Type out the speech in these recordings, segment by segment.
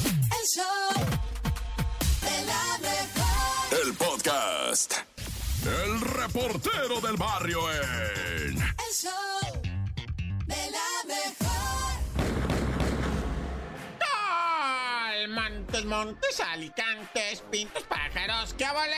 El show de la mejor. El podcast. El reportero del barrio en. El show de la mejor. ¡Tal! Montes, montes, alicantes, pintos, pájaros, ¡qué vale!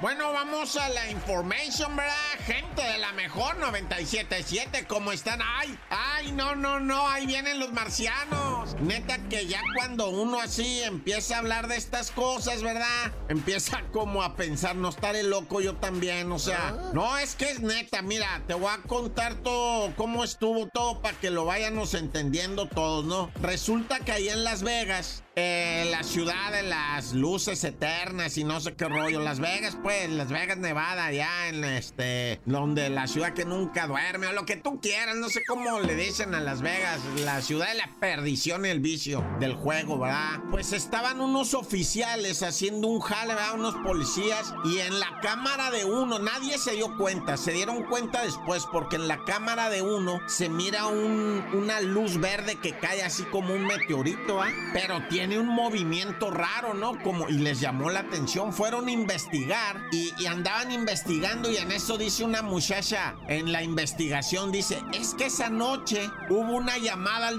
Bueno, vamos a la information, ¿verdad? Gente de la mejor 977, ¿cómo están? ¡Ay! ¡Ay, no, no, no! Ahí vienen los marcianos. Neta que ya cuando uno así empieza a hablar de estas cosas, ¿verdad? Empieza como a pensar, no estaré loco yo también, o sea, no, es que es neta, mira, te voy a contar todo, cómo estuvo todo para que lo vayamos entendiendo todos, ¿no? Resulta que ahí en Las Vegas, eh, la ciudad de las luces eternas y no sé qué rollo, Las Vegas, pues, Las Vegas, Nevada, allá en este, donde la ciudad que nunca duerme, o lo que tú quieras, no sé cómo le dicen a Las Vegas, la ciudad de la perdición y el vicio del juego, ¿verdad? Pues estaban unos oficiales haciendo un jale, ¿verdad? Unos policías, y en la cámara de uno, nadie se dio cuenta, se dieron cuenta después, porque en la cámara de uno se mira un- una luz verde que cae así como un meteorito, ¿ah? Pero tiene un movimiento raro, ¿no? Como, y les llamó la atención. Fueron a investigar y, y andaban investigando, y en eso dice una muchacha en la investigación: dice, es que esa noche hubo una llamada al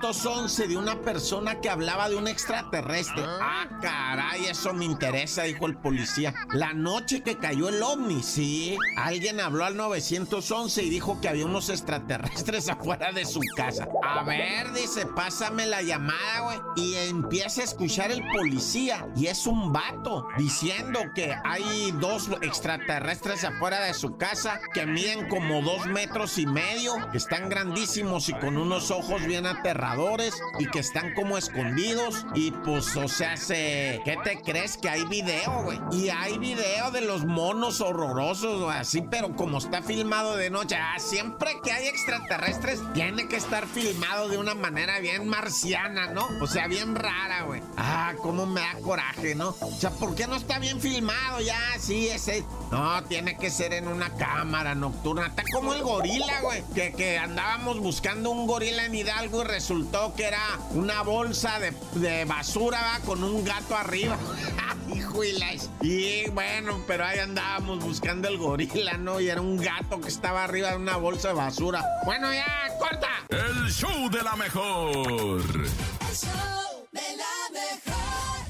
911 de una persona que hablaba de un extraterrestre. Ah, caray, eso me interesa, dijo el policía. La noche que cayó el ovni, sí. Alguien habló al 911 y dijo que había unos extraterrestres afuera de su casa. A ver, dice, pásame la llamada, güey. Y empieza a escuchar el policía. Y es un vato diciendo que hay dos extraterrestres afuera de su casa que miden como dos metros y medio, que están grandísimos y con unos ojos bien aterradores y que están como escondidos. Y pues, o sea, se. ¿Qué te crees? Que hay video, güey. Y hay video de los monos horrorosos, güey, así, pero como está filmado de noche. Ah, siempre que hay extraterrestres, tiene que estar filmado de una manera bien marciana, ¿no? O sea, bien rara, güey. Ah, cómo me da coraje, ¿no? O sea, ¿por qué no está bien filmado? Ya, sí, ese. No, tiene que ser en una cámara nocturna. Está como el gorila, güey. Que, que andábamos buscando un gorila en Hidalgo y resultó que era una bolsa de, de basura ¿va? con un gato arriba. Hijo y la es- Y bueno, pero ahí andábamos buscando el gorila, ¿no? Y era un gato que estaba arriba de una bolsa de basura. Bueno, ya, corta. El show de la mejor. El show de la mejor.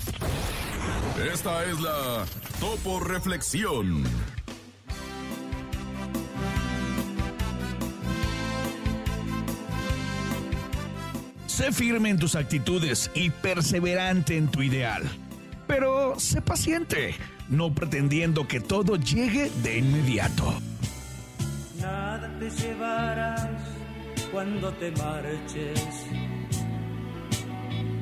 Esta es la Topo Reflexión. Sé firme en tus actitudes y perseverante en tu ideal. Pero sé paciente, no pretendiendo que todo llegue de inmediato. Nada te llevarás cuando te marches,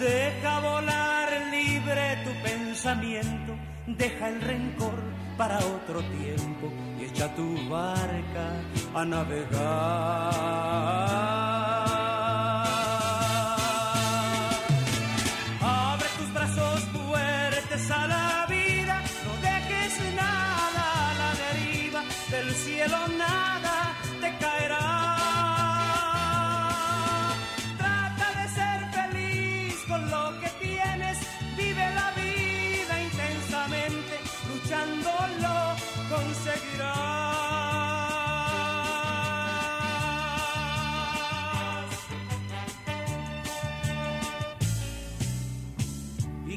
Deja volar libre tu pensamiento. Deja el rencor para otro tiempo y echa tu barca a navegar. Abre tus brazos fuertes a la vida, no dejes nada a la deriva, del cielo nada te caerá. Trata de ser feliz con lo que tienes, vive la vida intensamente, luchándolo conseguirás. y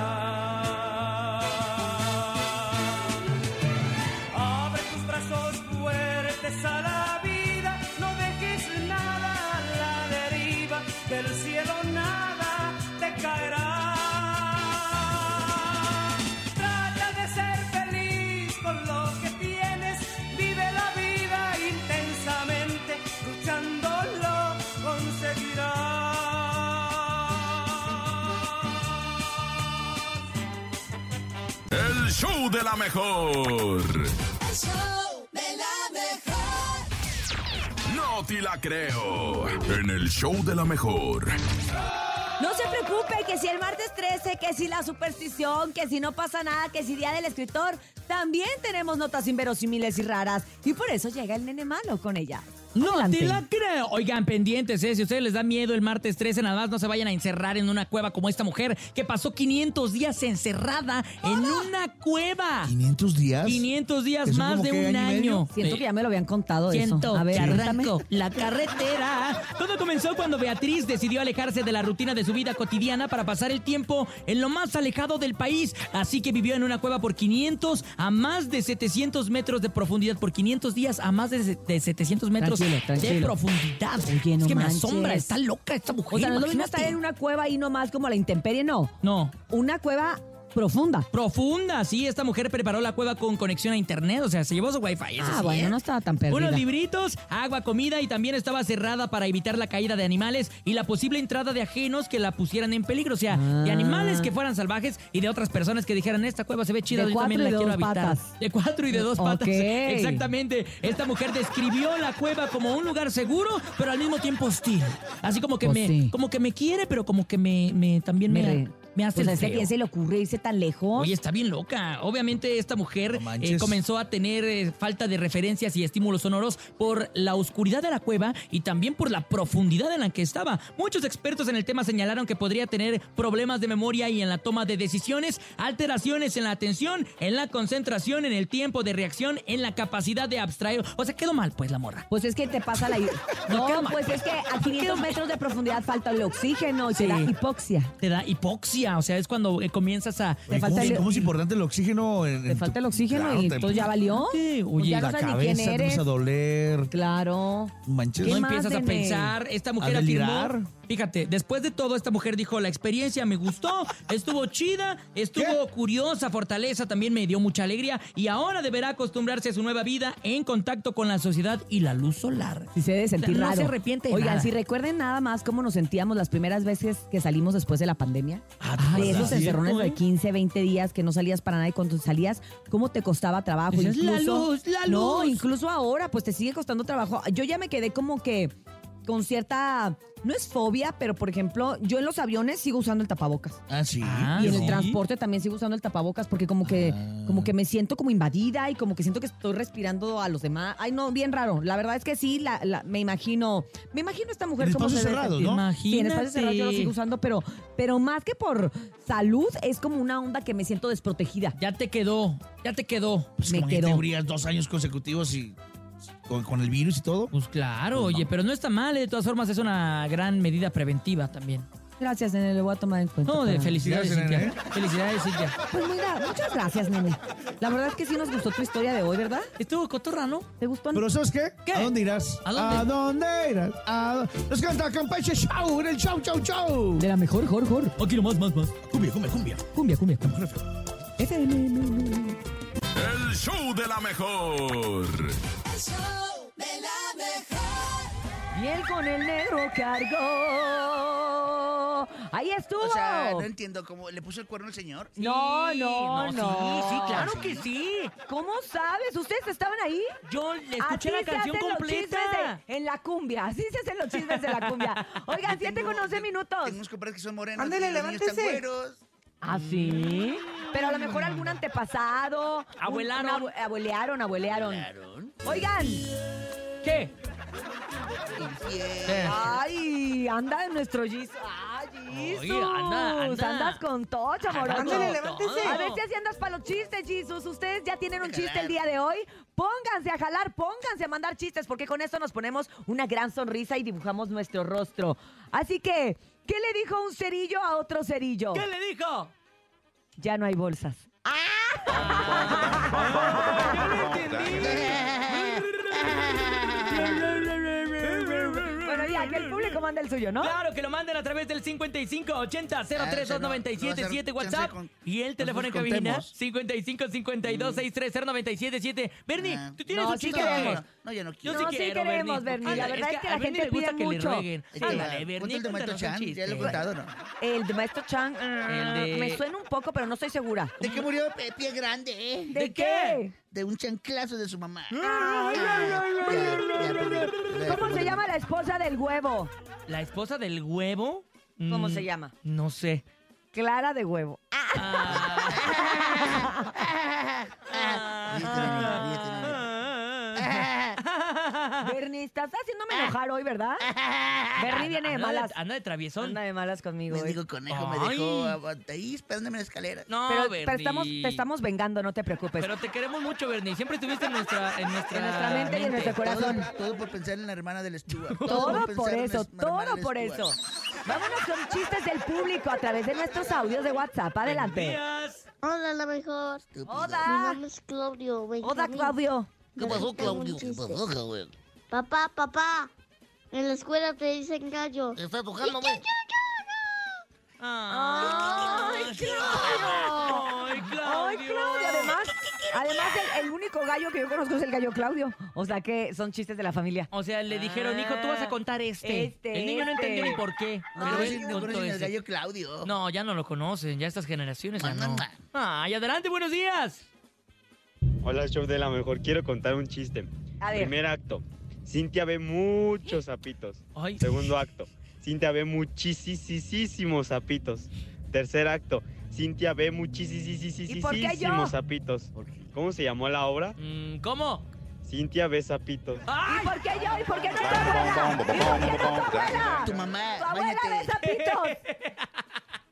fuertes a la vida, no dejes nada a la deriva, del cielo nada te caerá. Trata de ser feliz con lo que tienes, vive la vida intensamente, luchándolo conseguirás. El show de la mejor. El show de la mejor. No te la creo. En el show de la mejor. No se preocupe que si el martes 13, que si la superstición, que si no pasa nada, que si día del escritor, también tenemos notas inverosímiles y raras. Y por eso llega el nene malo con ella. No Adelante. te la creo. Oigan, pendientes, ¿eh? Si a ustedes les da miedo el martes 13, nada más no se vayan a encerrar en una cueva como esta mujer que pasó 500 días encerrada en una cueva. 500 días. 500 días Eso más como de que un año y medio. año. Siento Eh, que ya me lo habían contado Siento eso. A ver, que cuéntame. arranco la carretera. Todo comenzó cuando Beatriz decidió alejarse de la rutina de su vida cotidiana para pasar el tiempo en lo más alejado del país. Así que vivió en una cueva por 500 a más de 700 metros de profundidad. Por 500 días a más de, se- de 700 metros Tranquilo, de tranquilo. profundidad. Oye, no es que me manches. asombra, está loca esta mujer. O sea, no es lo mismo estar imagínate. en una cueva ahí nomás como a la intemperie, no. No, Una cueva profunda. profunda. Sí, esta mujer preparó la cueva con conexión a internet. O sea, se llevó su wifi. eso Ah, sí, bueno, ¿eh? no estaba tan perdida. Unos libritos, agua, comida y también estaba cerrada para evitar la caída de animales y la posible entrada de ajenos que la pusieran en peligro. O sea, de Ah. animales que fueran salvajes y de otras personas que dijeran, esta cueva se ve chida, De yo también cuatro la y de quiero dos habitar. patas. De cuatro y de dos patas. Ok. Exactamente. Esta mujer describió la cueva como un lugar seguro, pero al mismo tiempo hostil. Así como que, Pues me, sí. como que me quiere, pero como que me, me- también me, Me me, re- hace Pues el es que a feo. quién se le ocurre irse tan lejos. Oye, está bien loca. Obviamente esta mujer No manches. eh, comenzó a tener eh, falta de referencias y estímulos sonoros por la oscuridad de la cueva y también por la profundidad en la que estaba. Muchos expertos en el tema señalaron que podría tener problemas de memoria y en la toma de decisiones, alteraciones en la atención, en la concentración, en el tiempo de reacción, en la capacidad de abstraer. O sea, quedó mal pues la morra. Pues es que te pasa la... No, qué No, mal. pues es que a 500 metros de profundidad falta el oxígeno y Sí. te da hipoxia. Te da hipoxia, o sea, es cuando eh, comienzas a... Oye, Te ¿cómo, falta es- el- cómo es importante el oxígeno? En, Te en tu- falta el oxígeno Claro, y te- entonces ya valió. Sí, Pues oye, ya la no sabes ni cabeza quién te eres. empieza a doler. Claro. Manches. ¿Qué No más, empiezas a Nene? pensar. Esta mujer ¿A afirmó. delirar? Fíjate, después de todo, esta mujer dijo: La experiencia me gustó, estuvo chida, estuvo curiosa, fortaleza, también me dio mucha alegría. Y ahora deberá acostumbrarse a su nueva vida en contacto con la sociedad y la luz solar. Si se debe sentir O sea, no raro. se arrepiente de Oigan, nada. si recuerden nada más cómo nos sentíamos las primeras veces que salimos después de la pandemia. Ah, ¿te de acuerdas? esos encerrones de 15, 20 días que no salías para nada y cuando salías, ¿cómo te costaba trabajo? Decías, "La luz, la No, luz". incluso ahora, pues te sigue costando trabajo. Yo ya me quedé como que con cierta. No es fobia, pero por ejemplo, yo en los aviones sigo usando el tapabocas. Ah, sí. Ah, Y en el ¿sí? pues, transporte también sigo usando el tapabocas porque como que, Ah. como que me siento como invadida y como que siento que estoy respirando a los demás. Ay, no, bien raro. La verdad es que sí, la, la- me imagino, me imagino a esta mujer En como espacios se debe cerrados, sentir. ¿no? Sí, en espacios cerrados yo lo sigo Imagínate. usando, pero, pero más que por salud, es como una onda que me siento desprotegida. Ya te quedó, ya te quedó. Pues me como que quedó. te abrías dos años consecutivos y con, con el virus y todo. Pues claro, Pues no. oye, pero no está mal, eh, de todas formas es una gran medida preventiva también. Gracias, nene, le voy a tomar en cuenta. No, de para- felicidades, Gracias, Cintia. nene. ¿eh? Felicidades, Cintia. Pues mira, muchas gracias, nene. La verdad es que sí nos gustó tu historia de hoy, ¿verdad? Estuvo cotorra, ¿no? ¿Te gustó? Pero ¿sabes qué? ¿Qué? ¿A dónde irás? ¿A dónde? irás? ¿A dónde? Nos canta Campeche Show en el show, show, show. de la mejor, Jor, Jor. Aquí nomás, más, más. Cumbia, cumbia, cumbia. Cumbia, cumbia. El show de la mejor. El show de la mejor. Y él con el negro cargó. Ahí estuvo. O sea, no entiendo cómo le puso el cuerno el señor. no, Sí, no, no, Sí, sí, claro que sí. ¿Cómo sabes? ¿Ustedes estaban ahí? Yo le escuché Así la se canción hacen los completa. chismes de- en la cumbia. Así se hacen los chismes de la cumbia. Oigan, siete con 11 minutos. Tengo unos compadres que son morenos. Ándele, y los niños están levántese. güeros. ¿Así? Pero a lo mejor algún antepasado. un- Abuelaron. un abue- abuelearon, abuelearon. Oigan. ¿Qué? Infiel. ¿Qué? Ay, anda en nuestro Giz. Ay, Ay, Jesus. anda, anda. Andas con tocha, Anda morocho. Ándale, levántese. A ver si así andas para los chistes, Jesus. Ustedes ya tienen un Jalar. chiste el día de hoy. Pónganse a jalar, pónganse a mandar chistes, porque con esto nos ponemos una gran sonrisa y dibujamos nuestro rostro. Así que, ¿qué le dijo un cerillo a otro cerillo? ¿Qué le dijo? Ya no hay bolsas. Yo no entendí. manda el suyo, ¿no? Claro, que lo manden a través del 5580 Ah, 032 WhatsApp. con- Y el teléfono en nos cabina contemos. 5552 630 Bernie, Ah. tú tienes No, un sí chico. queremos. No, no, yo no Yo quiero. No, sí sí quiero, queremos, Bernie. Bernie. La Ándale, verdad es que la a Bernie gente le gusta pide que le mucho. rueguen. Es que, Ándale, ¿cuánto Bernie, el de con Maestro razón Chan? Ya lo he chiste. contado, ¿no? El de Maestro Chan El de- me suena un poco, pero no estoy segura. ¿De qué murió Pe- Pie Grande? eh? ¿De qué? De un chanclazo de su mamá. Ay, ay, ay, ay, ay, ay, ay. ¿Cómo se llama la esposa del huevo? ¿La esposa del huevo? ¿Cómo Mm, se llama? No sé. Clara de huevo. Ah, Bernie, estás Ah. haciéndome enojar hoy, ¿verdad? Bernie viene de Ah, Anda malas. Anda de traviesón. Anda de eh. malas conmigo Me hoy. digo conejo, me Ay. dejó ah, ahí esperándome en la escalera. No, Pero, Bernie. pero estamos, te estamos vengando, no te preocupes. Pero te queremos mucho, Bernie. Siempre estuviste en nuestra, en nuestra, En nuestra mente y en nuestro Todo, corazón. todo por pensar en la hermana del Stuart. Todo por pensar en la eso, hermana todo del por Stuart. eso. Vámonos con chistes del público a través de nuestros audios de WhatsApp. Adelante. Días. Hola, la mejor. Estúpido. Mi Hola. nombre es Claudio. Hola, Benjamín. Claudio. ¿Qué pasó, Yo tengo un Claudio? ¿Qué chiste. pasó, Claudio? Papá, papá. En la escuela te dicen gallo. Está tocándome. ¡Ay, Claudio! Ay, Claudio. ¡Ay, Claudio! Además, además el, el único gallo que yo conozco es el gallo Claudio. O sea que son chistes de la familia. O sea, le dijeron, hijo, tú vas a contar este. Este, el niño no este. entendió ni por qué. Ah, No, pero sí, él no contó conocen al ese. gallo Claudio. No, ya no lo conocen, ya estas generaciones ya no. Ay, adelante, buenos días. Hola, show de la mejor. Quiero contar un chiste. A ver. Primer acto. Cintia ve muchos sapitos. Ay, Segundo acto. Cintia ve muchísimos sapitos. Tercer acto. Cintia ve ¿Y por qué yo? muchísimos sapitos. ¿Cómo se llamó la obra? mm, ¿cómo? Cintia ve sapitos. ¿Y por qué yo? ¿Y por qué no tu abuela? ¿Y por qué no tu abuela? Tu mamá, Tu abuela báñate. de zapitos.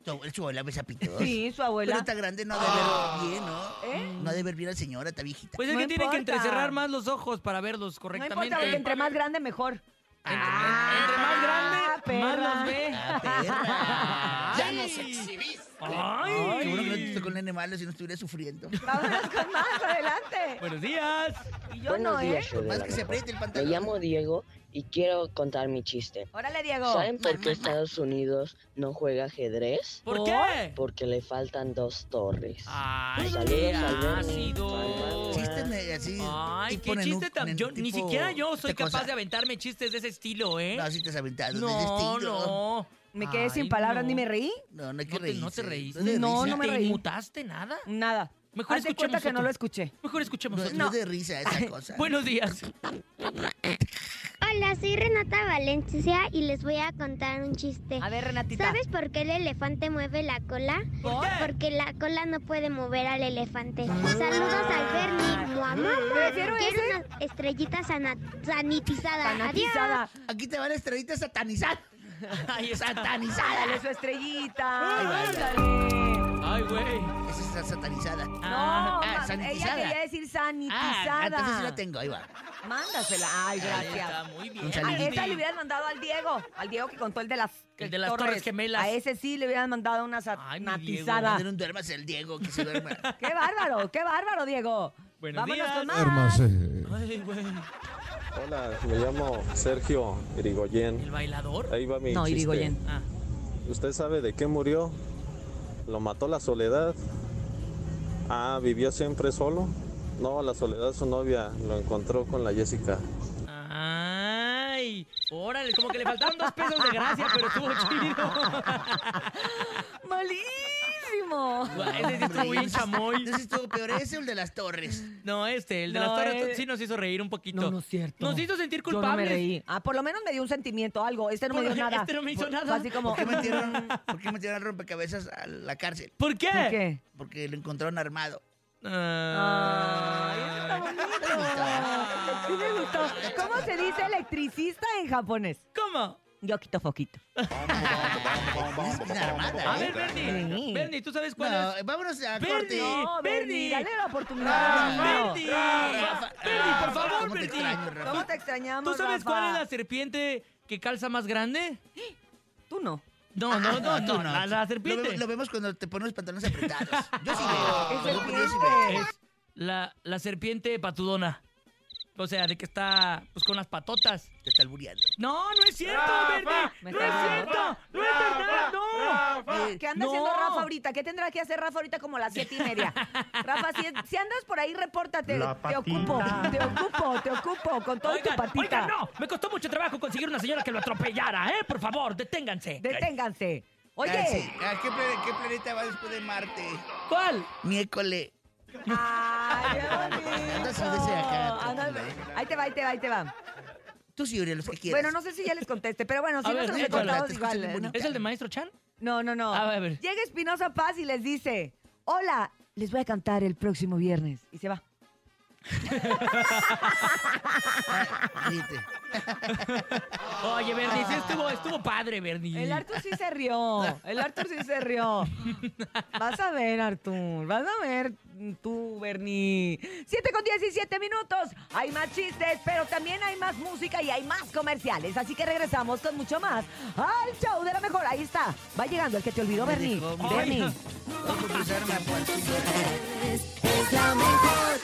Tu abuela, su abuela besa pitos. Sí, su Pero abuela. está grande, no ha de ver bien, ¿no? ¿Eh? No ha de ver bien a la señora, está viejita. Pues es No que tienen que importa. entrecerrar más los ojos para verlos No correctamente. importa, porque entre más grande, mejor. Entre más grande, perra. más los ve. Ah, perra. Ya nos Ay. Ay, Seguro que no te tocó el nene malo si no estuviera sufriendo. Vámonos con más, adelante. Buenos días. Y yo no, ¿eh? Más que se apriete el pantalón. Diego y quiero contar mi chiste. Órale, Diego. por qué Estados Unidos no juega ajedrez ¿Por ¿Por? qué? porque le faltan dos torres. Ay, Saludos qué al Bernie. ácido. Chistes ne- así. Ay, tipo qué nenu- chiste tan. nen- yo- ni tipo siquiera yo soy esta capaz cosa. de aventarme chistes de ese estilo, ¿eh? No, sí te has aventado. desde no, estilo. no. Me quedé sin Ay, palabras, no. ni me reí. No, no hay que No te, reírse. no te reíste. es de No, risa. no me ¿Te reí. inmutaste nada? Nada. Mejor Haz de escuchemos cuenta que no otro. lo escuché. Mejor escuchemos No, otro. no es de risa esa cosa. Buenos días. Hola, soy Renata Valencia y les voy a contar un chiste. A ver, Renatita. ¿Sabes por qué el elefante mueve la cola? ¿Por qué? Porque la cola no puede mover al elefante. Ah. Saludos al Bernie. Muamá. Prefiero Quiero Ah, ese. una estrellita sana- sanitizada. Adiós. Sanatizada. Aquí te va la estrellita satanizada. Ay, esa- Dale satanizada. su estrellita. Ay, Ándale. Ay, güey. Esa está satanizada. No, ah, ma- ella sanitizada. quería decir Ah, sanitizada. entonces sí la tengo, ahí va. Mándasela. Ay, Está gracias. muy bien. Un A saludito. esa le hubieran mandado al Diego, al Diego que contó el de las, eh, El de las Torres Gemelas. A ese sí le hubieran mandado una Ay, mi Diego, sanatizada. Manden un duermas el Diego que se duerma. ¡Qué bárbaro! ¡Qué bárbaro, Diego! Buenos Vámonos días. con más. Ay, güey. Hola, me llamo Sergio ¿El Irigoyen. bailador? Ahí va mi No, Irigoyen. Ah. ¿Usted sabe de qué murió? ¿Lo mató la soledad? Ah, ¿vivió siempre solo? No, la soledad, su novia, lo encontró con la Jessica. Ay, órale, como que le faltaron dos pesos de gracia, pero estuvo chido. ¡Malísimo! Guau, Ese sí estuvo bien chamoy. Entonces estuvo peor ese o el de las torres. No, este, el de No, las torres eh. sí nos hizo reír un poquito. No, no es cierto. Nos hizo sentir Yo no me culpables. reí. Ah, por lo menos me dio un sentimiento, algo. Este no me Por- dio nada. este no me hizo Fue- nada. fue Así como... ¿Por qué ¿Por metieron, por qué metieron al rompecabezas a la cárcel? ¿Por qué? qué? Porque lo encontraron armado. Ay, eso está Ah. bonito. Sí me gustó. ¿Cómo se dice electricista en japonés? ¿Cómo? Yokito Foquito. Es bien armada, A ¿eh? ver, Bernie. Sí. Bernie, ¿tú sabes cuál No, es? eh, vámonos a Bernie. corte. No, Bernie, Bernie. dale la Ah, oportunidad. No. Bernie. Rafa, Bernie, por Rafa, favor, ¿cómo te extraño, Bernie. Rafa? ¿Cómo te extrañamos, ¿Tú sabes Rafa? cuál es la serpiente que calza más grande? Tú no. No, no, no, tú no, la, la Lo, serpiente. vemos- lo vemos cuando te pones los pantalones apretados. Yo sí Ah, Es veo. el Yo sí veo. tiempo. Es la, la serpiente patudona. O sea, de que está pues con las patotas. Te está albureando. No, no es cierto, Rafa, verde. me No está es haciendo- cierto. No es verdad, no. ¿Qué anda No. haciendo Rafa ahorita? ¿Qué tendrá que hacer Rafa ahorita como a las siete y media? Rafa, si, si andas por ahí, repórtate. La Te ocupo, patita. te ocupo, te ocupo, con todo tu Oigan, patita. oigan, no. Me costó mucho trabajo conseguir una señora que lo atropellara, ¿eh? Por favor, deténganse. Deténganse. Oye. Ah, sí. Ah, ¿qué, pla- qué planeta va después de Marte? ¿Cuál? Miércoles. Ay, Anda, súbese acá, tú, Anda, hombre. ahí te va, ahí te va, ahí te va. Tú sí, Uriel, los que quieras. Bueno, no sé si ya les conteste, pero bueno, si A no ver, se los he échala, contado este te es escucho igual. bien ¿no? bonita. ¿Es el de Maestro Chan? No, no, no. A ver, a ver. Llega Espinosa Paz y les dice, hola, les voy a cantar el próximo viernes. Y se va. Oye, Bernie, Ah. sí estuvo, estuvo padre, Bernie. El Arthur sí se rió. El Arthur sí se rió. Vas a ver, Arthur. Vas a ver mm, tú, Bernie. 7 con 17 minutos. Hay más chistes, pero también hay más música y hay más comerciales. Así que regresamos con mucho más al show de la mejor. Ahí está. Va llegando el que te olvidó, Bernie. Bernie. Es la mejor.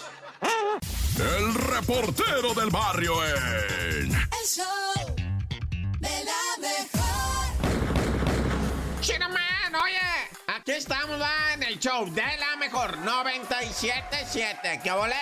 El reportero del barrio en El show de la mejor. Chinaman, oye, aquí estamos va, en el show de la mejor 97.7, ¿qué volé?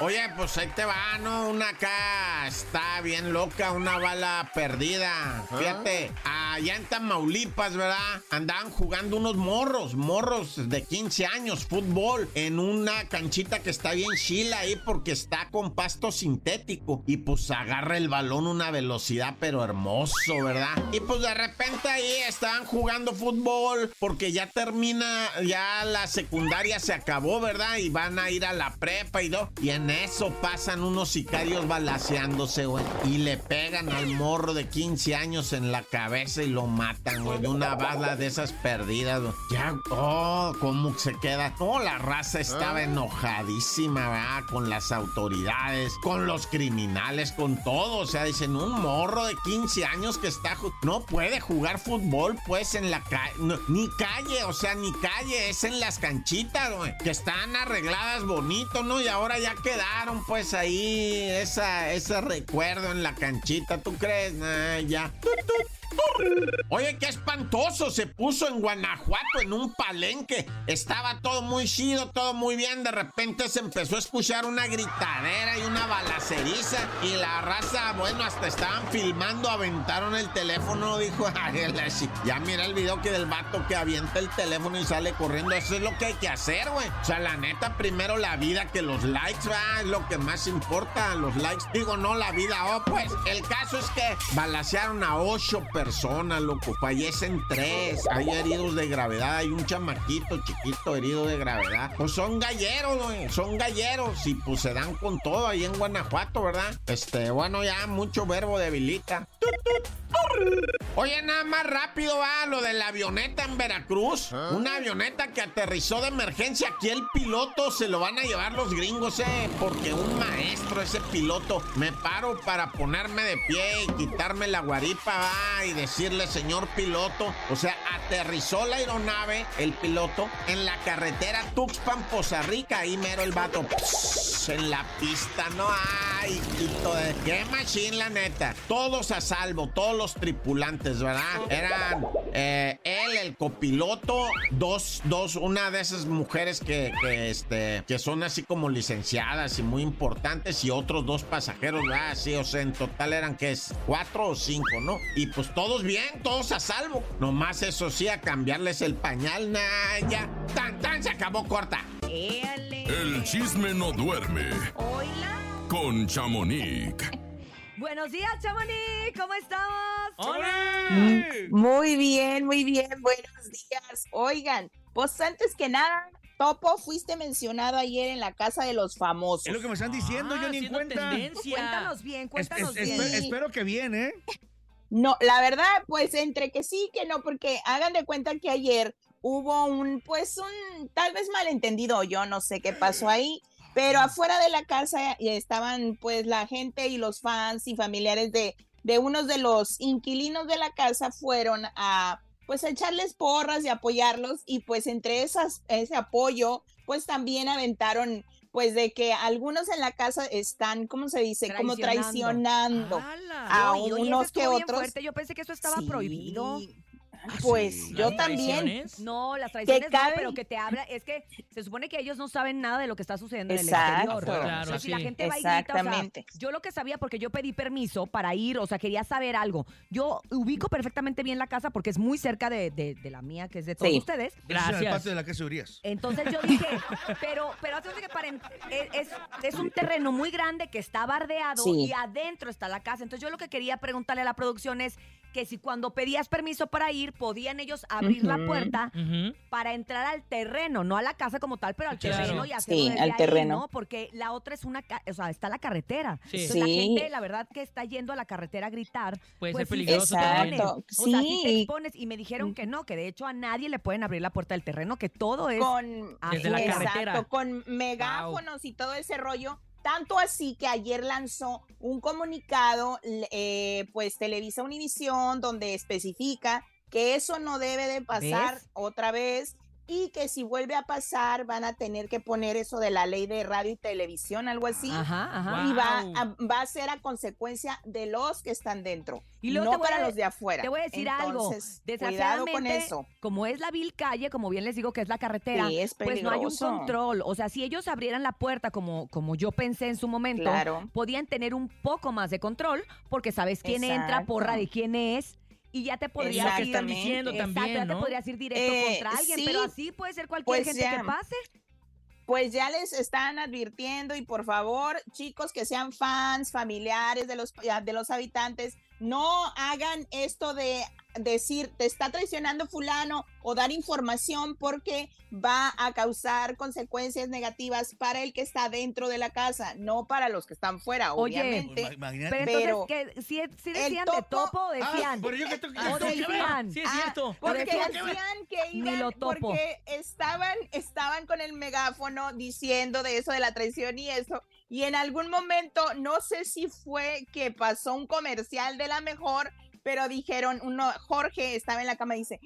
Oye, pues ahí te va, ¿no? Una acá está bien loca, una bala perdida. Fíjate, allá en Tamaulipas, ¿verdad? Andaban jugando unos morros, morros de 15 años, fútbol, en una canchita que está bien chila ahí porque está con pasto sintético. Y pues agarra el balón a una velocidad, pero hermoso, ¿verdad? Y pues de repente ahí estaban jugando fútbol porque ya termina, ya la secundaria se acabó, ¿verdad? Y van a ir a la prepa y todo. Y en eso pasan unos sicarios balaseándose, güey. Y le pegan al morro de 15 años en la cabeza y lo matan, güey. De una bala de esas perdidas, güey. Ya, oh, cómo se queda. No, la raza estaba enojadísima, ¿verdad? Con las autoridades, con los criminales, con todo. O sea, dicen, un morro de 15 años que está... ju- No puede jugar fútbol, pues, en la calle. ni calle, o sea, ni calle. Es en las canchitas, güey. Que están arregladas bonito, ¿no? Y ahora ya quedaron, pues, ahí esa, ese recuerdo en la canchita. ¿Tú crees? Nah, ya. Oye, qué espantoso se puso en Guanajuato, en un palenque. Estaba todo muy chido, todo muy bien. De repente se empezó a escuchar una gritadera y una balaceriza. Y la raza, bueno, hasta estaban filmando, aventaron el teléfono. Dijo, "Ay, la chi-". ya mira el video que del vato que avienta el teléfono y sale corriendo. Eso es lo que hay que hacer, güey. O sea, la neta, primero la vida que los likes, va, es lo que más importa. Los likes, digo, no la vida, oh, pues. El caso es que balacearon a ocho personas, loco. Fallecen tres. Hay heridos de gravedad. Hay un chamaquito chiquito herido de gravedad. Pues son galleros, güey. Son galleros. Y pues se dan con todo ahí en Guanajuato, ¿verdad? Este, bueno, ya mucho verbo debilita. Tut, tut, turr. Oye, nada más rápido va lo de la avioneta en Veracruz. Una avioneta que aterrizó de emergencia. Aquí el piloto se lo van a llevar los gringos, eh. Porque un maestro, ese piloto, me paro para ponerme de pie y quitarme la guaripa, va, y decirle, señor piloto. O sea, aterrizó la aeronave, el piloto, en la carretera Tuxpan-Poza Rica. Ahí mero el vato. pss, En la pista, no Ah, hay, quito de. Qué machín, la neta. Todos a salvo, todos los tripulantes, ¿verdad? Eran eh, él, el copiloto, dos, dos, una de esas mujeres que, que, este, que son así como licenciadas y muy importantes, y otros dos pasajeros, ¿verdad? Sí, o sea, en total eran que es cuatro o cinco, ¿no? Y pues todos bien, todos a salvo. Nomás eso sí, a cambiarles el pañal, nah, ya. Tan, tan, se acabó corta. El chisme no duerme con Chamonix. Buenos días, Chamonix. ¿Cómo estamos? Mm, Muy bien, muy bien, buenos días. Oigan, pues antes que nada, Topo, fuiste mencionado ayer en la casa de los famosos. Es lo que me están diciendo, Ah, yo ni en cuenta. Cuéntanos bien, cuéntanos Es- es- bien. espe- Espero que bien, ¿eh? No, la verdad, pues entre que sí, que no, porque hagan de cuenta que ayer hubo un, pues un, tal vez malentendido, yo no sé qué pasó ahí, pero afuera de la casa eh, estaban pues la gente y los fans y familiares de, de unos de los inquilinos de la casa fueron a, pues a echarles porras y apoyarlos y pues entre esas, ese apoyo, pues también aventaron pues de que algunos en la casa están, ¿cómo se dice? Como Traicionando. traicionando a Ay, oye, eso unos que estuvo bien otros. fuerte. Yo pensé que eso estaba Sí. prohibido. Pues yo también. No, las traiciones no, caben- pero que te habla, es que se supone que ellos no saben nada de lo que está sucediendo en el Exacto. exterior. Claro, o sea, si sí. la gente va y grita, o sea, Exactamente. yo lo que sabía, porque yo pedí permiso para ir, o sea, quería saber algo. Yo ubico perfectamente bien la casa porque es muy cerca de, de- de la mía, que es de todos Sí. ustedes. Esa es la parte de la que se Urias. Entonces yo dije, pero, pero hazte cuenta que para en- eh, es, es un terreno muy grande que está bardeado Sí. y adentro está la casa. Entonces yo lo que quería preguntarle a la producción es que si cuando pedías permiso para ir, podían ellos abrir la Ujú. puerta Ujú. para entrar al terreno, no a la casa como tal, pero al Claro. terreno y Sí, hacerlo desde al ahí, terreno. ¿no? Porque la otra es una, ca- o sea, está la carretera. Sí. Entonces, la Sí. gente, la verdad, que está yendo a la carretera a gritar. Puede pues, ser sí te peligroso también. Mm. expones. Exacto, O sea, sí te sí. expones. Y me dijeron que no, que de hecho a nadie le pueden abrir la puerta del terreno, que todo es con afuera. Mm, exacto, con megáfonos y todo ese rollo. Tanto así que ayer lanzó un comunicado, l- eh, pues Televisa Univisión, donde especifica que eso no debe de pasar ¿Ves? otra vez y que si vuelve a pasar van a tener que poner eso de la ley de radio y televisión, algo así, Ajá, ajá. y va, Wow. a, va a ser a consecuencia de los que están dentro, Y y luego no te voy para a- los de afuera. Te voy a decir Entonces, algo. cuidado Desgraciadamente, con eso. como es la vil calle, como bien les digo que es la carretera, Sí, es pues no hay un peligroso. control. O sea, si ellos abrieran la puerta como, como yo pensé en su momento, Claro. podían tener un poco más de control porque sabes quién entra, Exacto. porra de quién es. Y ya te podrías Lo que ir están diciendo Exacto, también, ya te ¿no? podrías ir directo Eh, contra alguien, sí, pero así puede ser cualquier pues gente que ya. pase. Pues ya les están advirtiendo y por favor, chicos que sean fans, familiares de los, de los habitantes, no hagan esto de decir te está traicionando fulano o dar información porque va a causar consecuencias negativas para el que está dentro de la casa, no para los que están fuera, obviamente. Pues, ma- imagínate. pero- Pero entonces, que si, si decían de topo, o decían. Ah, pero yo que tengo Ah, que- o tengo que ver. decían. Sí, es cierto. Porque Pero tú- decían que Ni iban, lo topo. porque estaban, estaban con el megáfono diciendo de eso, de la traición y eso. Y en algún momento, no sé si fue que pasó un comercial de la mejor, pero dijeron, uno, Jorge estaba en la cama y dice,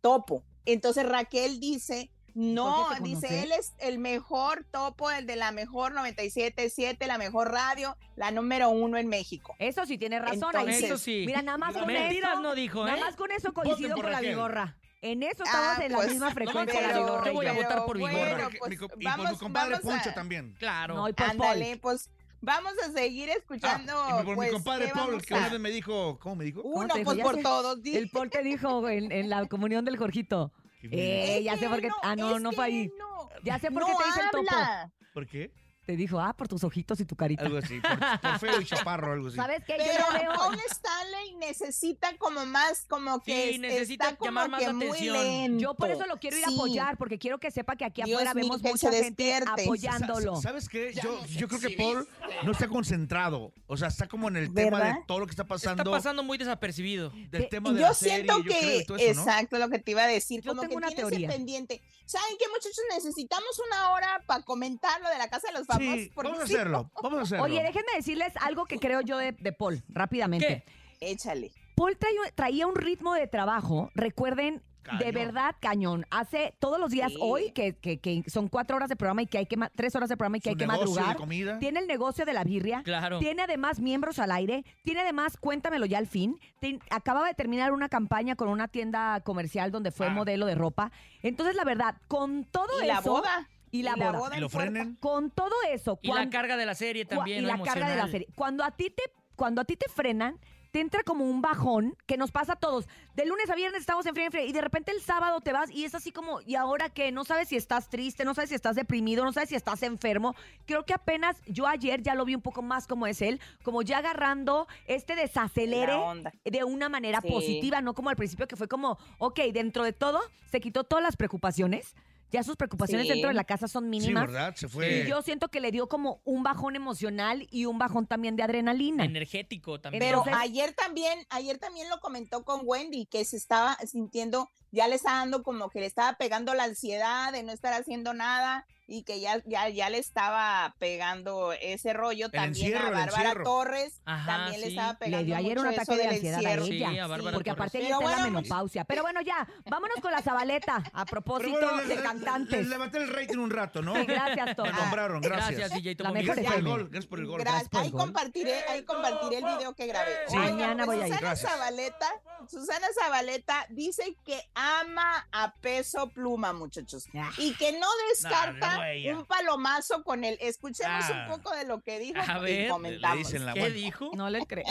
topo. Entonces Raquel dice, no, Jorge, ¿te conoces? dice, él es el mejor topo, el de la mejor 97.7, la mejor radio, la número uno en México. Eso sí tiene razón. ahí sí. Entonces- Mira, nada más con Mentiras eso. no dijo, Nada ¿eh? más con eso Voten coincido por con la Raquel. vigorra. En eso estamos Ah, en la pues, misma frecuencia, la pero- vigorra. y yo voy a yo. votar por Vigorra. Bueno, Mi- pues, mi co- y por vamos- mi compadre vamos a- Poncho también. Claro. No, y por Ándale, pues vamos a seguir escuchando. Ah, y por pues, mi compadre ¿qué Paul, vamos que a- una vez me dijo, ¿cómo me dijo? Uno, pues por todos. di- El Paul te dijo en, en la comunión del Jorgito. Eh, Es ya sé que por qué. no, ah, no, es no que fue ahí. no. Ya sé por No qué te dice el topo. habla. ¿Por qué? Te dijo, ah, por tus ojitos y tu carita. Algo así, por, por feo y chaparro, algo así. ¿Sabes qué? Pero yo lo veo. Paul Stanley necesita como más, como que Sí, es- necesita está como llamar más que la muy atención. lento. Yo por eso lo quiero ir a Sí. apoyar, porque quiero que sepa que aquí Dios afuera mío, vemos que se mucha gente despierte. apoyándolo. Sa- ¿Sabes qué? Ya Yo, nos yo creo que Paul no está concentrado. O sea, está como en el tema ¿Verdad? de todo lo que está pasando. Está pasando muy desapercibido. Del tema de yo la serie, siento yo creo, que, y todo eso, ¿no? exacto, lo que te iba a decir, Yo como tengo que una tienes teoría. el pendiente. ¿Saben qué, muchachos? Necesitamos una hora para comentar lo de la Casa de los Famosos. Sí, porque vamos a sí, hacerlo, vamos a hacerlo. Oye, déjenme decirles algo que creo yo de, de Paul, rápidamente. Échale. Paul traía, traía un ritmo de trabajo, recuerden, de Cañón. verdad, cañón. Hace todos los días Sí. hoy, que, que- que son cuatro horas de programa y que hay que, ma- tres horas de programa y que Su hay que negocio de madrugar. comida. Tiene el negocio de la birria. Claro. Tiene además miembros al aire. Tiene además, cuéntamelo ya al fin. Ten- acababa de terminar una campaña con una tienda comercial donde fue Ah. modelo de ropa. Entonces, la verdad, con todo Y la eso. boda. Y la, Y la boda. boda Y lo en frenen. puerta. Con todo eso. Y la cuan- carga de la serie Cua- también. y ¿no? la carga de la Emocional. serie. Cuando a ti te, cuando a ti te frenan, te entra como un bajón que nos pasa a todos. De lunes a viernes estamos en frío, en frío, y de repente el sábado te vas y es así como, ¿y ahora qué? No sabes si estás triste, no sabes si estás deprimido, no sabes si estás enfermo. Creo que apenas yo ayer ya lo vi un poco más como es él, como ya agarrando este desacelere La onda. de una manera Sí. positiva, no como al principio que fue como, ok, dentro de todo se quitó todas las preocupaciones. Ya sus preocupaciones Sí. dentro de la casa son Sí, mínimas. ¿verdad? Se fue. Y yo siento que le dio como un bajón emocional y un bajón también de adrenalina. Energético también. Pero Entonces- ayer también, ayer también lo comentó con Wendy, que se estaba sintiendo, ya le estaba dando como que le estaba pegando la ansiedad de no estar haciendo nada y que ya, ya, ya le estaba pegando ese rollo El también encierro, a el Bárbara encierro. Torres, Ajá, también le sí. estaba pegando. Le dio ayer mucho un eso ataque de del ansiedad a encierro. ella. porque aparte Pero ella está en la bueno, menopausia. Pero bueno, ya, vámonos con la zabaleta. A propósito Pero bueno, le- de le- cantantes. le- levanté el rating un rato, ¿no? Sí, gracias, Tony. Me nombraron, gracias. Gracias, DJ La mejor Gracias por el FM. gol, gracias por el gol. Gracias. Ahí compartiré, ahí compartiré el video que grabé. Sí. Oigan, Mañana pues voy a ir. Susana Gracias. Zabaleta, Susana Zabaleta dice que ama a peso pluma, muchachos, Ah. y que no descarta Nah, no, ella. un palomazo con él. Escuchemos Ah. un poco de lo que dijo A ver, y le comentamos. dicen la ¿Qué vuelta. dijo? No le creo.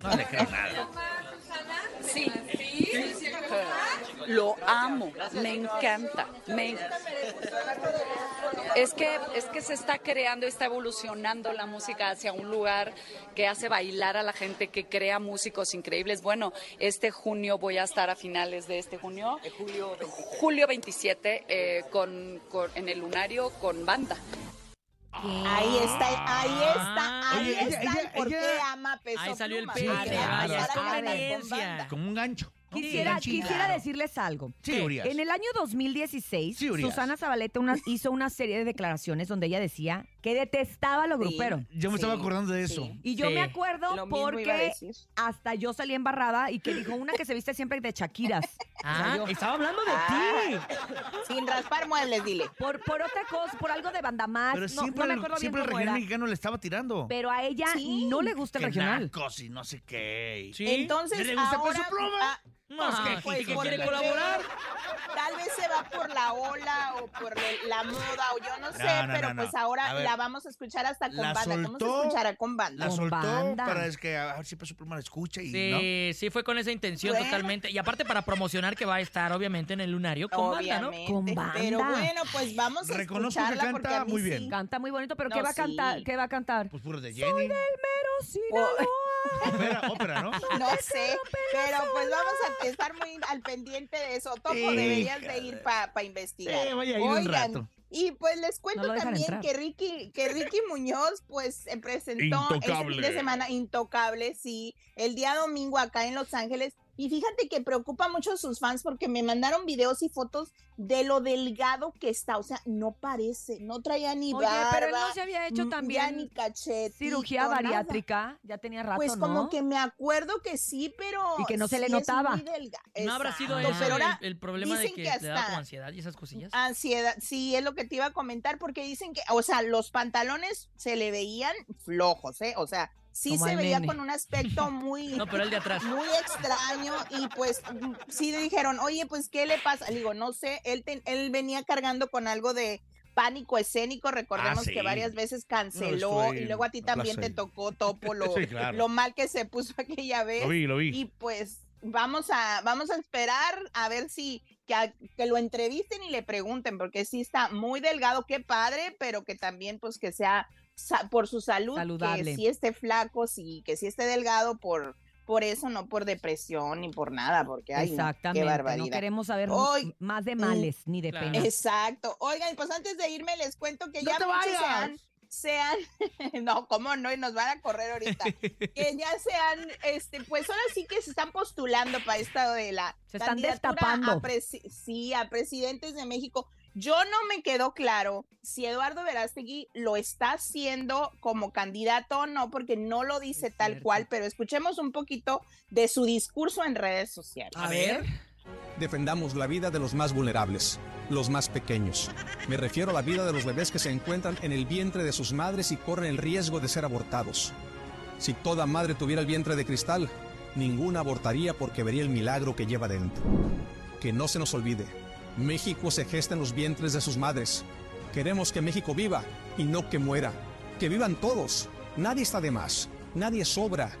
No le creo nada. Sí. Lo amo, me encanta. me- Es, que, es que se está creando, está evolucionando la música hacia un lugar que hace bailar a la gente, que crea músicos increíbles. Bueno, este junio voy a estar a finales de este junio, julio 27, eh, con- con- en el lunario con banda. Ahí está, ahí Ah. está, ahí Oye, ella- está el ella- por qué ella- ama a peso Ahí salió el pluma. Ah, pene, Porque vaya, Bárbara es Torres conveniencia. con banda. Como un gancho. Quisiera, Sí, quisiera claro. decirles algo. Sí, Que Urias. En el año 2016, Sí, Urias. Susana Zabaleta una- hizo una serie de declaraciones donde ella decía que detestaba lo grupero. Yo me estaba acordando de eso. Y yo me acuerdo Lo mismo iba a porque decir. hasta yo salí embarrada y que dijo una que se viste siempre de Shakiras. Ah, estaba hablando de Ah. ti. Sin raspar muebles, dile. Por, por otra cosa, por algo de banda más. Pero Ah, no, siempre, no me el- acuerdo bien siempre el cómo regional era. mexicano le estaba tirando. Pero a ella Sí. no le gusta el Que regional. nacos y no sé qué. Entonces, ¿Le gusta pues, ahora, Peso Pluma? ah, No, es pues, que gente que porque quiere creo- colaborar. Tal vez se va por la ola o por el- la moda o yo no sé, No, no, pero no, no. pues A ahora ver. la vamos a escuchar hasta con La banda. ¿Cómo soltó- se escuchará con banda? La soltó para es que a ver si Peso Pluma la escucha y Sí, no. sí fue con esa intención Bueno. totalmente. Y aparte para promocionar que va a estar obviamente en el lunario con banda, Obviamente, ¿no? Pero bueno, pues vamos a Reconozco que escucharla canta porque a mí muy sí. bien. Canta muy bonito, pero No, ¿qué va a sí. Oh. cantar? ¿Qué va a cantar? Pues puro de Jenny. No sé, pero pues vamos a estar muy al pendiente de eso. Topo, Sí, deberías de ir para investigar. Sí, voy a ir un rato. Y pues les No cuento lo dejan también entrar. que Ricky, que Ricky Muñoz pues eh, presentó este fin de Intocable. semana Intocable, sí, el día domingo acá en Los Ángeles. Y fíjate que preocupa mucho a sus fans porque me mandaron videos y fotos de lo delgado que está. O sea, no parece, no traía ni Oye, barba. pero él no se había hecho ya también ni cachetito, Cirugía nada. bariátrica, ya tenía rato, Pues ¿no? como que me acuerdo que sí, pero. Y que no se le sí es muy notaba. delga- ¿No habrá sido Exacto, eso pero el, ahora el problema de dicen que, que le da hasta- Ah, como ansiedad y esas cosillas? Ansiedad, sí, es lo que te iba a comentar, porque dicen que, o sea, los pantalones se le veían flojos, ¿eh? O sea, sí Como se al veía nene. con un aspecto muy. No, pero el de atrás. Muy extraño, y pues mm, sí le dijeron, oye, pues, ¿qué le pasa? Le digo, no sé, él, ten- él venía cargando con algo de pánico escénico, recordemos Ah, sí. que varias veces canceló estuve ahí y luego a ti en la también te plaza tocó topo lo, Sí, claro. lo mal que se puso aquella vez. Lo vi, lo vi. Y pues vamos a, vamos a esperar a ver si que, a- que lo entrevisten y le pregunten, porque sí está muy delgado, qué padre, pero que también pues que sea sa- por su salud, Saludable. que sí esté flaco, sí, que sí esté delgado por, por eso, no por depresión ni por nada, porque hay Exactamente. qué no barbaridad. queremos saber Hoy- más de males ni de Claro. penas. Exacto. Oigan, pues antes de irme les cuento que ¡No ya te muchos se vayas! han, se han- no, cómo no, y nos van a correr ahorita. que ya se han, este, pues ahora sí que se están postulando para esta de la Se están candidatura destapando. a presi- sí, a presidentes de México. Yo no me quedó claro si Eduardo Verástegui lo está haciendo como candidato o no, porque no lo dice tal cual, pero escuchemos un poquito de su discurso en redes sociales. A ver. Defendamos la vida de los más vulnerables, los más pequeños. Me refiero a la vida de los bebés que se encuentran en el vientre de sus madres y corren el riesgo de ser abortados. Si toda madre tuviera el vientre de cristal, ninguna abortaría porque vería el milagro que lleva dentro. Que no se nos olvide, México se gesta en los vientres de sus madres. Queremos que México viva y no que muera. Que vivan todos. Nadie está de más, nadie sobra,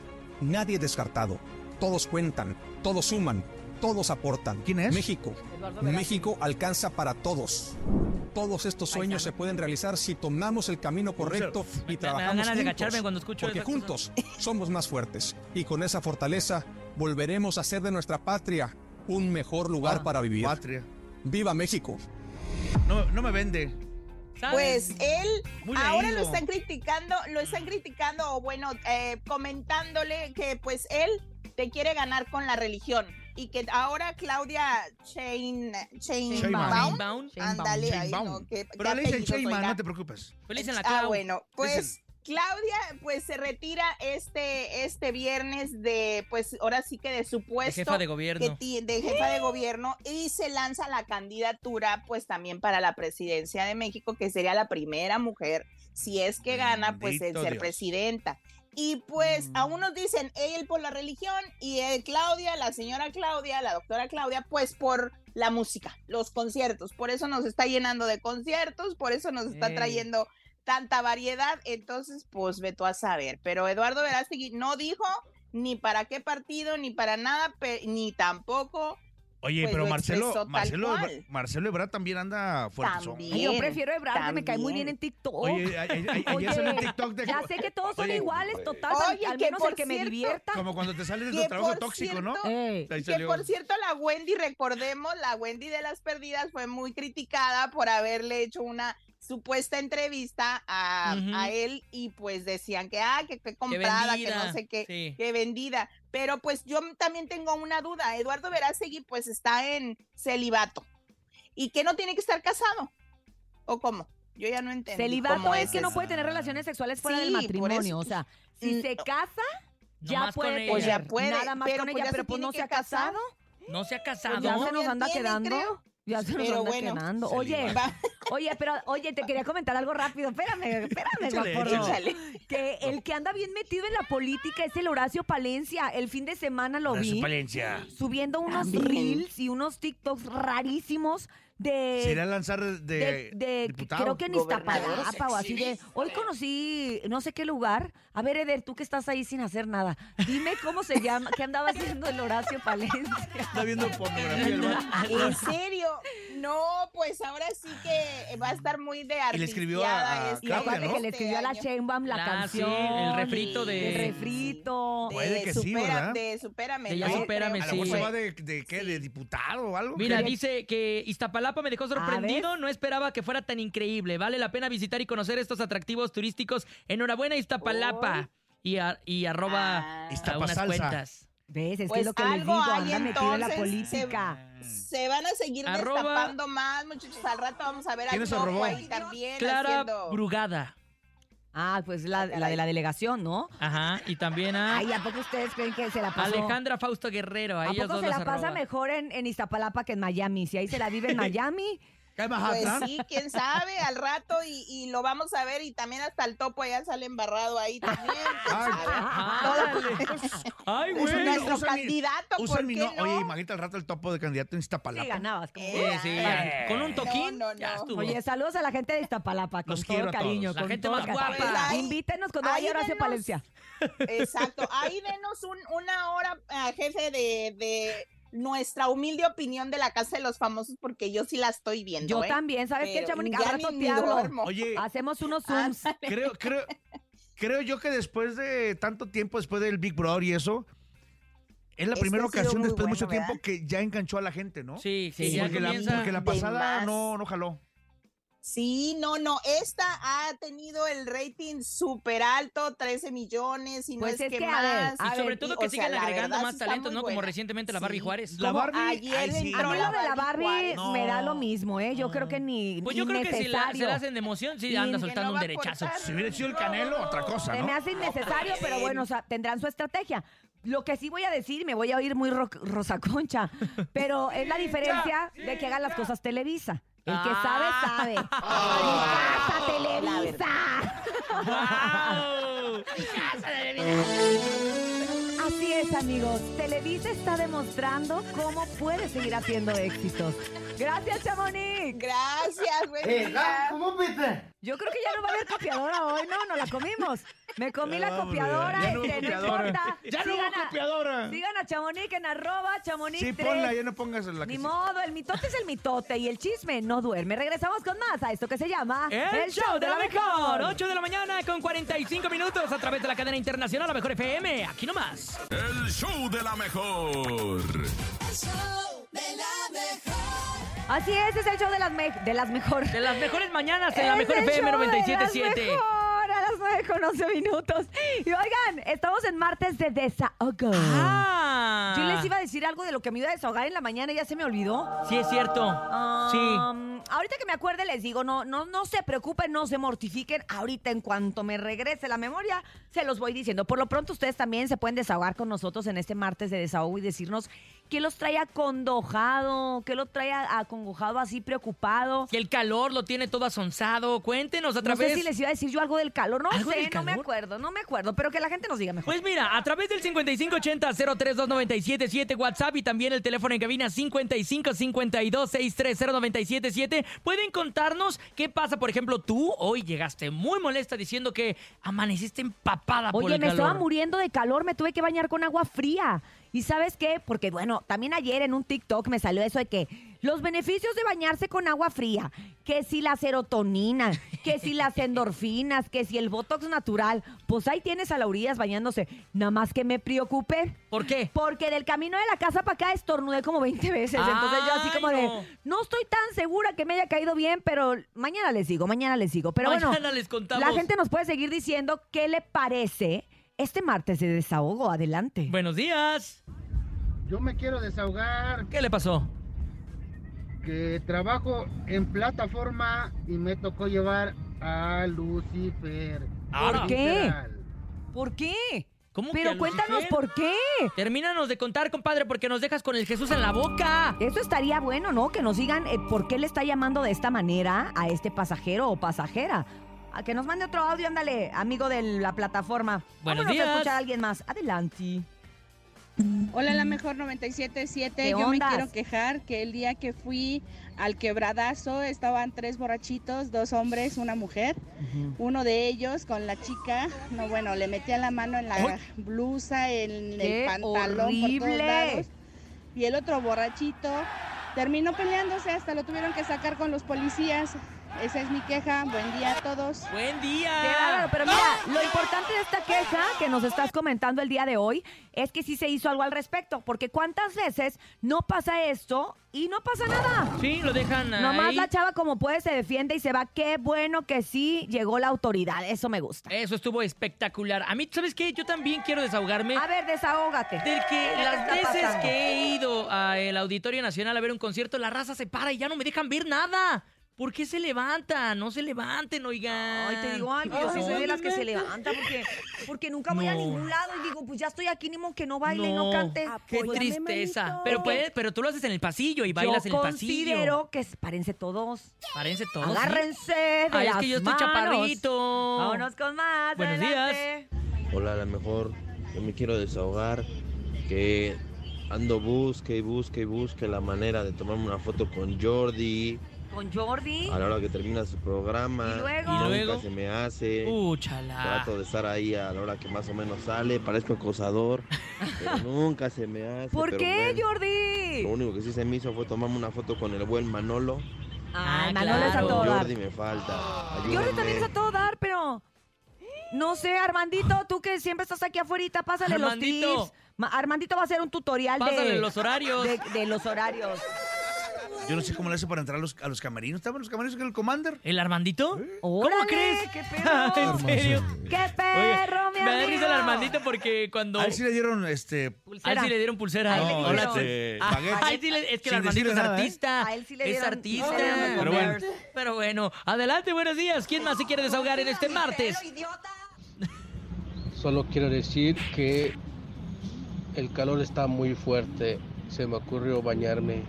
nadie descartado. Todos cuentan, todos suman, todos aportan. ¿Quién es? México. México alcanza para todos. Todos estos sueños se pueden realizar si tomamos el camino correcto y dan trabajamos ganas de juntos, agacharme cuando escucho porque esas cosas. juntos somos más fuertes y con esa fortaleza volveremos a hacer de nuestra patria un mejor lugar para vivir. Viva México. No, no me vende. Pues él Muy ahora leído. lo están criticando, lo están criticando o bueno, eh, comentándole que pues él te quiere ganar con la religión. y que ahora Claudia Chain, Chain, Sheinbaum. Baum, Sheinbaum. ándale, ahí, Sheinbaum. no, qué- Pero qué le dicen apellidos, Sheinbaum, oiga. no te preocupes. Ah, bueno, pues Claudia pues se retira este este viernes de pues ahora sí que de su puesto jefa de gobierno. que ti- de jefa de gobierno y se lanza la candidatura pues también para la presidencia de México que sería la primera mujer si es Mm. que gana pues en Bendito ser Dios. Mm. presidenta. Y pues a unos dicen él por la religión y él, Claudia, la señora Claudia, la doctora Claudia, pues por la música, los conciertos. Por eso nos está llenando de conciertos, por eso nos Mm. está Ey. trayendo tanta variedad. Entonces, pues ve tú a saber. Pero Eduardo Verástegui no dijo ni para qué partido, ni para nada, pe- ni tampoco. Oye, pues, pero lo Marcelo, expresó tal Marcelo, Ebra- cual. Marcelo Ebrard también anda fuerte. Ay, yo prefiero Ebrard, que me cae muy bien en TikTok. Oye, ay, ay, ay, ayer salió en TikTok de- Ya sé que todos son Oye, iguales, total, Oye, al, al que menos por el que me cierto- divierta. Como cuando te sales de Que tu trabajo por tóxico, cierto- ¿no? Ahí Que salió. por cierto, la Wendy, recordemos, la Wendy de las perdidas fue muy criticada por haberle hecho una supuesta entrevista a, Ujú. a él y pues decían que, ah, que, que comprada, que, vendida, no sé qué, sí. que vendida. Pero pues yo también tengo una duda. Eduardo Verástegui pues está en celibato y que no tiene que estar casado. ¿O cómo? Yo ya no entiendo. Celibato es que no puede tener relaciones sexuales fuera Sí, del por eso. matrimonio. O sea, si Mm, se casa, ya más con puede ella. Pues ya tener. puede, Nada más pero con pues ella, ya se pero pues no tiene se ha que casar. casado. No se ha Pues casado. ya se nos anda tiene, quedando. creo. Ya se nos Pero anda bueno, quedando. Oye, oye, pero oye, te quería comentar algo rápido. Espérame, espérame, Échale, guaporro. échale. Que el que anda bien metido en la política es el Horacio Palencia. El fin de semana lo vi subiendo unos reels y unos TikToks rarísimos de Se irá a lanzar de, de, de- diputado. creo que en Iztapalapa o así de, hoy conocí no sé qué lugar. A ver, Eder, tú que estás ahí sin hacer nada, dime cómo se llama, qué andaba haciendo el Horacio Palencia. Está viendo pornografía el vato. ¿En serio? No, pues ahora sí que va a estar muy de Y le escribió artilleada a- a este- Y acuérdate Claudia, ¿no? que le escribió a la Sheinbaum la Ah, sí, canción. el refrito de- El refrito. de Puede que sí, supera- ¿verdad? de supérame, De ya ¿no? supérame, A lo sí. mejor se va de, de qué, de diputado o algo. Mira, ¿Qué? dice que Iztapalapa me dejó sorprendido, no esperaba que fuera tan increíble. Vale la pena visitar y conocer estos atractivos turísticos. Enhorabuena, Iztapalapa. Y, a- y Ah. arroba a unas Iztapasalsa. cuentas. ¿Ves? Es que Pues es lo que les algo digo, hay anda metido en la entonces, se- política. Se van a seguir Arroba- destapando más, muchachos. Al rato vamos a ver ¿Quién nos al Topo arrobó? ahí también Clara haciendo... Brugada. Ah, pues la, la de la delegación, ¿no? Ajá, y también a Ay, ¿a poco ustedes creen que se la pasó? Alejandra Fausto Guerrero. A, ¿A ellos poco dos se los la pasa arroba. mejor en, en Iztapalapa que en Miami? Si ahí se la vive en Miami. Pues sí, quién sabe, al rato y, y lo vamos a ver y también hasta el topo ya sale embarrado ahí también. Pues, Ay, Es güey. nuestro usan mi- candidato, usan ¿por mi qué no- no? Oye, imagínate al rato el topo de candidato en Iztapalapa. Sí, ganabas. como- Sí, sí, ya. Con un toquín, ya estuvo. Oye, saludos a la gente de Iztapalapa, con Los quiero todo a cariño. todos. La con gente todo más cariño. guapa. Pues, Invítenos cuando vaya ahí Horacio denos- Palencia. Exacto. Ahí denos un- una hora, ah, jefe, de, de nuestra humilde opinión de la Casa de los Famosos, porque yo sí la estoy viendo. Yo ¿eh? también, ¿sabes qué, Pero Chamonix? ya Al rato ni te me hablo. duermo. Ah, Oye. Hacemos unos zooms. Creo, creo, creo yo que después de tanto tiempo, después del Big Brother y eso, es la Este primera ha sido ocasión muy después de mucho bueno, ¿verdad? tiempo que ya enganchó a la gente, ¿no? Sí, sí, ya porque, la, comienza. porque la De pasada más. no, no jaló. Sí, no, no, esta ha tenido el rating súper alto, 13 millones y no Pues es, es que, que, a más. ver, Y sobre todo o que sea, sigan la agregando verdad más sí está talentos, muy ¿no? Como buena. recientemente la Barbie Juárez. La Barbie. ayer ay, le sí. A entró mí la lo de la Barbie Barbie Juárez. me da lo mismo, ¿eh? Yo creo que ni Pues yo creo que si la, se innecesario. la hacen de emoción, sí anda Sin- soltando un derechazo. Si hubiera sido el Canelo, otra cosa, Se ¿no? me hace innecesario, pero bueno, o sea, tendrán su estrategia. Lo que sí voy a decir, me voy a oír muy ro- rosaconcha, pero es la diferencia de que hagan las cosas Televisa. El que sabe, sabe. Ah, ¡Casa Televisa! ¡Guau! Así es, amigos. Televisa está demostrando cómo puede seguir haciendo éxitos. Gracias, Chamonix. Gracias, buen Eh, ah, día. Yo creo que ya no va a haber copiadora hoy, ¿no? No la comimos. Me comí la Hombre, copiadora, ya no hubo este, no copiadora. importa. Ya no hubo Sigan a- copiadora. Sigan a Chamonix en arroba Chamonix Sí, tres. ponla, ya no pongas la que Ni sí. modo, el mitote es el mitote y el chisme no duerme. Regresamos con más a esto que se llama El, show de la mejor. 8 de la mañana con 45 minutos a través de la cadena internacional La Mejor FM. Aquí nomás. El show de la mejor. El show de la mejor. Así es, es el show de las, me- de las mejores. De las mejores mañanas en La Mejor Es el FM show de las 977. mejor. A las 9 9 con 11 minutos. Y oigan, estamos en martes de desahogo. Ah. Yo les iba a decir algo de lo que me iba a desahogar en la mañana, ya se me olvidó. Sí, es cierto. sí. Um, Ahorita que me acuerde les digo, no, no, no se preocupen, no se mortifiquen. Ahorita en cuanto me regrese la memoria, se los voy diciendo. Por lo pronto ustedes también se pueden desahogar con nosotros en este martes de desahogo y decirnos qué los trae acondojado, qué lo trae a- acongojado así preocupado. Y el calor lo tiene todo asonzado. Cuéntenos a No través. sé si les iba a decir yo algo del calor, no ¿Algo sé, del no me calor? acuerdo, no me acuerdo, pero que la gente nos diga mejor. Pues mira, a través del 5580-032977 WhatsApp y también el teléfono en cabina 5552-630-977 pueden contarnos qué pasa. Por ejemplo, tú hoy llegaste muy molesta diciendo que amaneciste empapada por Oye, el me calor. estaba muriendo de calor, me tuve que bañar con agua fría. ¿Y sabes qué? Porque bueno, también ayer en un TikTok me salió eso de que los beneficios de bañarse con agua fría, que si la serotonina, que si las endorfinas, que si el botox natural, pues ahí tienes a la orillas bañándose. Nada más que me preocupé. ¿Por qué? Porque del camino de la casa para acá estornudé como 20 veces. Entonces yo así Ay, como de, no. no estoy tan segura que me haya caído bien, pero mañana les digo, mañana les digo. Pero bueno, Mañana les contamos. la gente nos puede seguir diciendo qué le parece este martes de desahogo. Adelante. Buenos días. Yo me quiero desahogar ¿Qué le pasó? que trabajo en plataforma y me tocó llevar a Lucifer. Ah, ¿Por qué? Literal. ¿Por qué? ¿Cómo Pero cuéntanos por qué. Termínanos de contar, compadre, porque nos dejas con el Jesús en la boca. Eso estaría bueno, ¿no? Que nos digan eh, por qué le está llamando de esta manera a este pasajero o pasajera. A que nos mande otro audio, ándale, amigo de la plataforma. Buenos Vámonos días. a escuchar a alguien más. Adelante. Hola, la mejor 977. ¿Qué Yo me ondas? quiero quejar que el día que fui al quebradazo estaban tres borrachitos, dos hombres, una mujer. Uno de ellos con la chica, no bueno, le metía la mano en la blusa, en ¡Qué el pantalón por todos horrible! lados. Y el otro borrachito terminó peleándose, hasta lo tuvieron que sacar con los policías. Esa es mi queja. Buen día a todos. Buen día. Qué bárbaro, pero mira, lo importante de esta queja que nos estás comentando el día de hoy es que sí se hizo algo al respecto, porque cuántas veces no pasa esto y no pasa nada. Sí, lo dejan Nomás ahí. la chava como puede se defiende y se va. Qué bueno que sí llegó la autoridad, eso me gusta. Eso estuvo espectacular. A mí, ¿sabes qué? Yo también quiero desahogarme. A ver, desahógate. Del que ¿Qué te las está veces pasando? que he ido al Auditorio Nacional a ver un concierto, la raza se para y ya no me dejan ver nada. ¿Por qué se levantan? No se levanten, oigan. Ay, te digo algo, yo sí soy de las que se levanta porque, porque nunca voy a No. ningún lado y digo, pues ya estoy aquí, ni modo que no baile y no cante. Qué Apóyame, tristeza. manito. Pero, puedes- pero tú lo haces en el pasillo y bailas Yo en el pasillo. considero que es- párense todos. Parece todo. ¿sí? Agárrense de Ay, es las que yo estoy manos. chaparrito. Vámonos con más. Buenos adelante. Hola, a lo mejor yo me quiero desahogar, que ando busque y busque y busque la manera de tomarme una foto con Jordi Con Jordi. a la hora que termina su programa. Y luego. nunca Y luego. se me hace. Úchala. Trato de estar ahí a la hora que más o menos sale, parezco acosador, pero nunca se me hace. ¿Por pero qué, bueno, Lo Jordi? único que sí se me hizo fue tomarme una foto con el buen Manolo. Ay, Manolo es a Con todo dar. Ah, Jordi me falta. Jordi también es a ayúdenme. todo dar, pero. No sé, Armandito, tú que siempre estás aquí afuera, pásale Armandito. los tips. Ma- Armandito va a hacer un tutorial Pásale de los horarios. De, de los horarios. Yo no sé cómo le hace para entrar a los, a los camerinos. ¿Estaban los camerinos con el Commander? ¿Eh? ¿El Armandito? Ah, ¿Cómo crees? ¡Qué ¿En perro! serio? ¡Qué perro, mi Me da risa el amigo! Armandito porque cuando. A él sí le dieron este. A él sí le dieron pulsera. Ahí le No, dieron. este, Ah, baguette. baguette. Ahí sí le- es que el Sin Armandito decirle es nada, ¿eh? artista. A él sí le es dieron- artista. sí le dieron de Pero bueno. comer. Pero bueno, adelante, buenos días. ¿Quién más se quiere desahogar en este martes? Solo quiero decir que el calor está muy fuerte. Se me ocurrió bañarme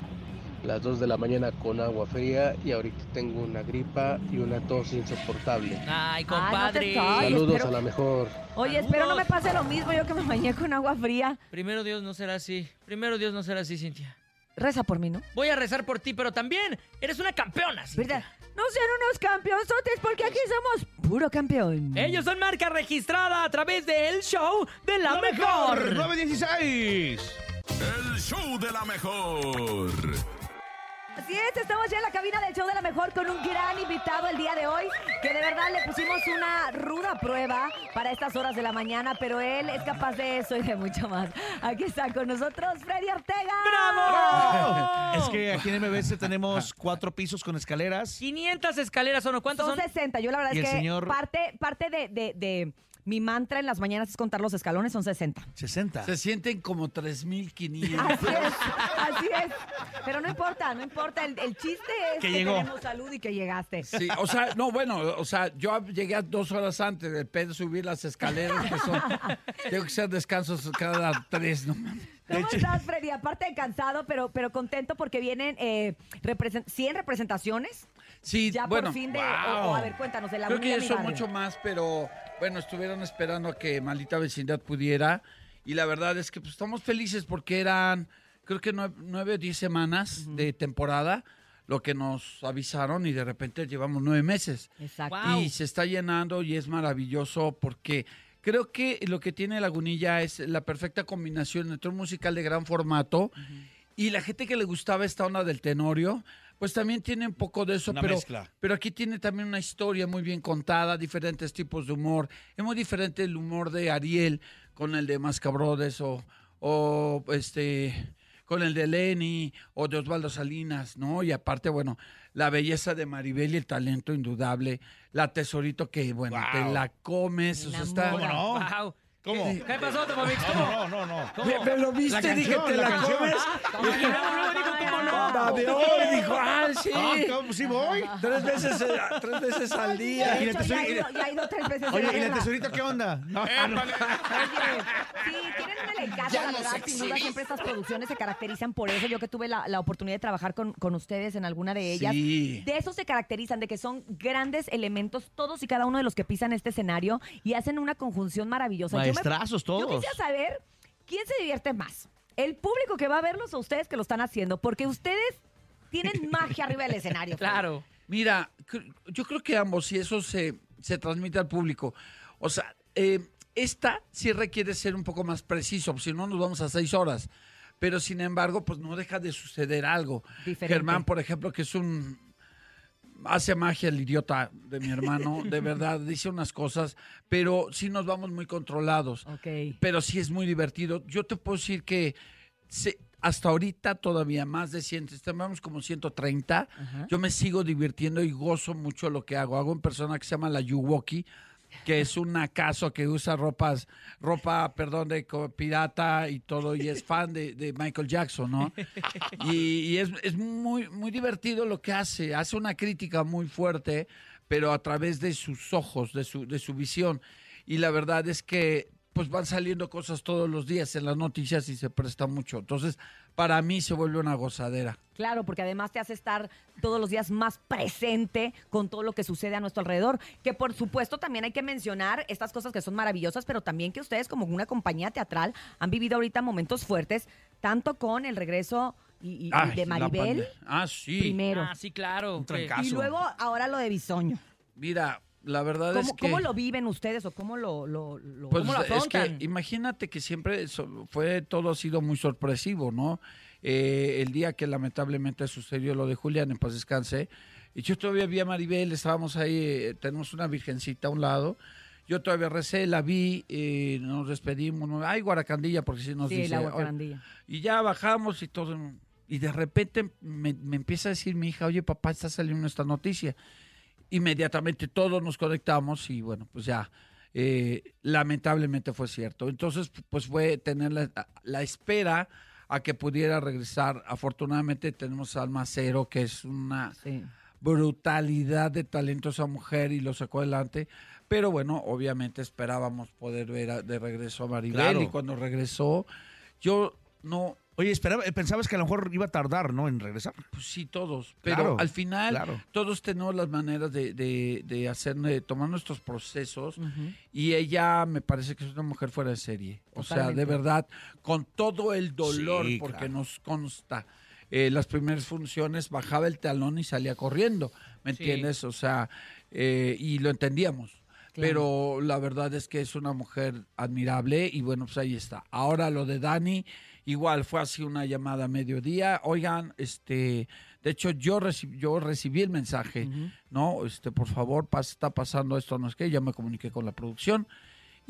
las 2 de la mañana con agua fría y ahorita tengo una gripa y una tos insoportable. Ay, Ay, compadre. Ah, no te- ay, Saludos espero- a la mejor. Oye, espero no me pase lo mismo yo que me bañé con agua fría. Primero Dios no será así. Primero Dios no será así, Cintia. Reza por mí, ¿no? Voy a rezar por ti, pero también eres una campeona, Cintia. No sean unos campeonzotes porque aquí somos puro campeón. Ellos son marca registrada a través del show de la, mejor. 916. El show de la mejor. Así es, estamos ya en la cabina del show de la mejor con un gran invitado el día de hoy, que de verdad le pusimos una ruda prueba para estas horas de la mañana, pero él es capaz de eso y de mucho más. Aquí está con nosotros Freddy Ortega. Es que aquí en MBS tenemos cuatro pisos con escaleras. 500 escaleras son, ¿o ¿cuántas Son son? 60. Yo la verdad Y es que el señor- parte, parte de, de- de mi mantra en las mañanas es contar los escalones, son 60. 60. Se sienten como 3.500. Así es. Pero no importa, no importa. El, el chiste es Que que, llegó. tenemos salud y que llegaste. Sí, o sea, no, bueno, o sea, yo llegué a dos horas antes del pedo subir las escaleras, que son, tengo que hacer descansos cada tres, no mames. ¿Cómo estás, Freddy? Aparte de cansado, pero, pero contento porque vienen eh, represen- 100 representaciones. Sí, ya bueno, por fin de. o- wow. o, a ver, cuéntanos, de la Creo que Unida ya Mi son Barrio. mucho más, pero bueno, estuvieron esperando a que Maldita Vecindad pudiera. Y la verdad es que pues, estamos felices porque eran, creo que nue- nueve o diez semanas de temporada lo que nos avisaron y de repente llevamos nueve meses. Exacto. Y se está llenando y es maravilloso porque creo que lo que tiene Lagunilla es la perfecta combinación entre un musical de gran formato y la gente que le gustaba esta onda del Tenorio. Pues también tiene un poco de eso, Una pero, mezcla. pero aquí tiene también una historia muy bien contada, diferentes tipos de humor. Es muy diferente el humor de Ariel con el de Mascabrodes o, o este con el de Lenny o de Osvaldo Salinas, ¿no? Y aparte, bueno, la belleza de Maribel y el talento indudable, la tesorito que, bueno, te la comes. o sea, está- ¿Cómo no? Wow. ¿Qué, ¿Qué pasó, Tomovix? ¿Cómo? No, no, no. ¿Cómo? Ve- ve, lo viste, dije, te la comes. Ah, Y luego dijo, ¿cómo no? Babeó y dijo, ah, sí. sí voy. Tres veces, eh, tres veces al día. De hecho, ya ha ido- ya ha ido tres veces. Oye, a ¿y la verla. tesorito qué onda? No, no. Sí, tienen un elencazo, Ya la nos verdad, sin duda exhibiste. siempre estas producciones se caracterizan por eso. Yo que tuve la, la oportunidad de trabajar con, con ustedes en alguna de ellas. Sí. De eso se caracterizan, de que son grandes elementos, todos y cada uno de los que pisan este escenario y hacen una conjunción maravillosa. Yo me- Maestrazos Yo todos. quisiera saber quién se divierte más, el público que va a verlos o ustedes que lo están haciendo, porque ustedes tienen magia arriba del escenario. Claro. Mira, cr- yo creo que ambos, y eso se, se transmite al público. O sea, eh, esta sí requiere ser un poco más preciso, si no nos vamos a seis horas. Pero sin embargo, pues no deja de suceder algo. Diferente. Germán, por ejemplo, que es un... Hace magia el idiota de mi hermano, de verdad, dice unas cosas, pero sí nos vamos muy controlados. Pero sí es muy divertido. Yo te puedo decir que se- hasta ahorita todavía más de 100, estamos como 130. Yo me sigo divirtiendo y gozo mucho lo que hago. Hago un persona que se llama la Yuwoki, que es un acaso que usa ropas, ropa, perdón, de co- pirata y todo, y es fan de, de Michael Jackson, ¿no? Y, y es, es muy, muy divertido lo que hace. Hace una crítica muy fuerte, pero a través de sus ojos, de su, de su visión. Y la verdad es que pues van saliendo cosas todos los días en las noticias y se presta mucho. Entonces, para mí se vuelve una gozadera. Claro, porque además te hace estar todos los días más presente con todo lo que sucede a nuestro alrededor. Que por supuesto también hay que mencionar estas cosas que son maravillosas, pero también que ustedes como una compañía teatral han vivido ahorita momentos fuertes, tanto con el regreso y, y- y Ay, de la Maribel pande- Ah, sí. primero. Ah, sí, claro. Un trancazo. y luego ahora lo de Bisoño. Mira, la verdad ¿Cómo, es que... cómo lo viven ustedes o cómo lo, lo, lo- Pues, cómo lo es que afrontan? imagínate que siempre so- fue todo ha sido muy sorpresivo, ¿no? Eh, el día que lamentablemente sucedió lo de Julián en paz descanse, y yo todavía vi a Maribel, estábamos ahí, eh, tenemos una virgencita a un lado. Yo todavía recé, la vi, eh, nos despedimos. ¿no? Ay, Guaracandilla, porque si nos sí, dice. la "Ay, guacarandilla. y ya bajamos y todo. Y de repente me, me empieza a decir mi hija, oye papá, está saliendo esta noticia. Inmediatamente todos nos conectamos y bueno, pues ya, eh, lamentablemente fue cierto. Entonces, pues fue tener la, la espera a que pudiera regresar. Afortunadamente tenemos a Alma Cero, que es una brutalidad de talento esa mujer y lo sacó adelante. Pero bueno, obviamente esperábamos poder ver a- de regreso a Maribel Claro. y cuando regresó yo no. Oye, esperaba, eh, pensabas que a lo mejor iba a tardar, ¿no? En regresar. Pues sí, todos. Pero Claro, al final claro. todos tenemos las maneras de, de, de hacer, de tomar nuestros procesos. Y ella me parece que es una mujer fuera de serie. O sea, Totalmente. de verdad, con todo el dolor, Sí, porque claro. nos consta. eh, las primeras funciones bajaba el talón y salía corriendo, ¿me Sí. entiendes? O sea, eh, y lo entendíamos. pero la verdad es que es una mujer admirable y bueno, pues ahí está. Ahora lo de Dani, igual fue así una llamada a mediodía. Oigan, este, de hecho yo, recibí, yo recibí el mensaje, ¿no? Este, por favor, pas- está pasando esto, no es que ya me comuniqué con la producción.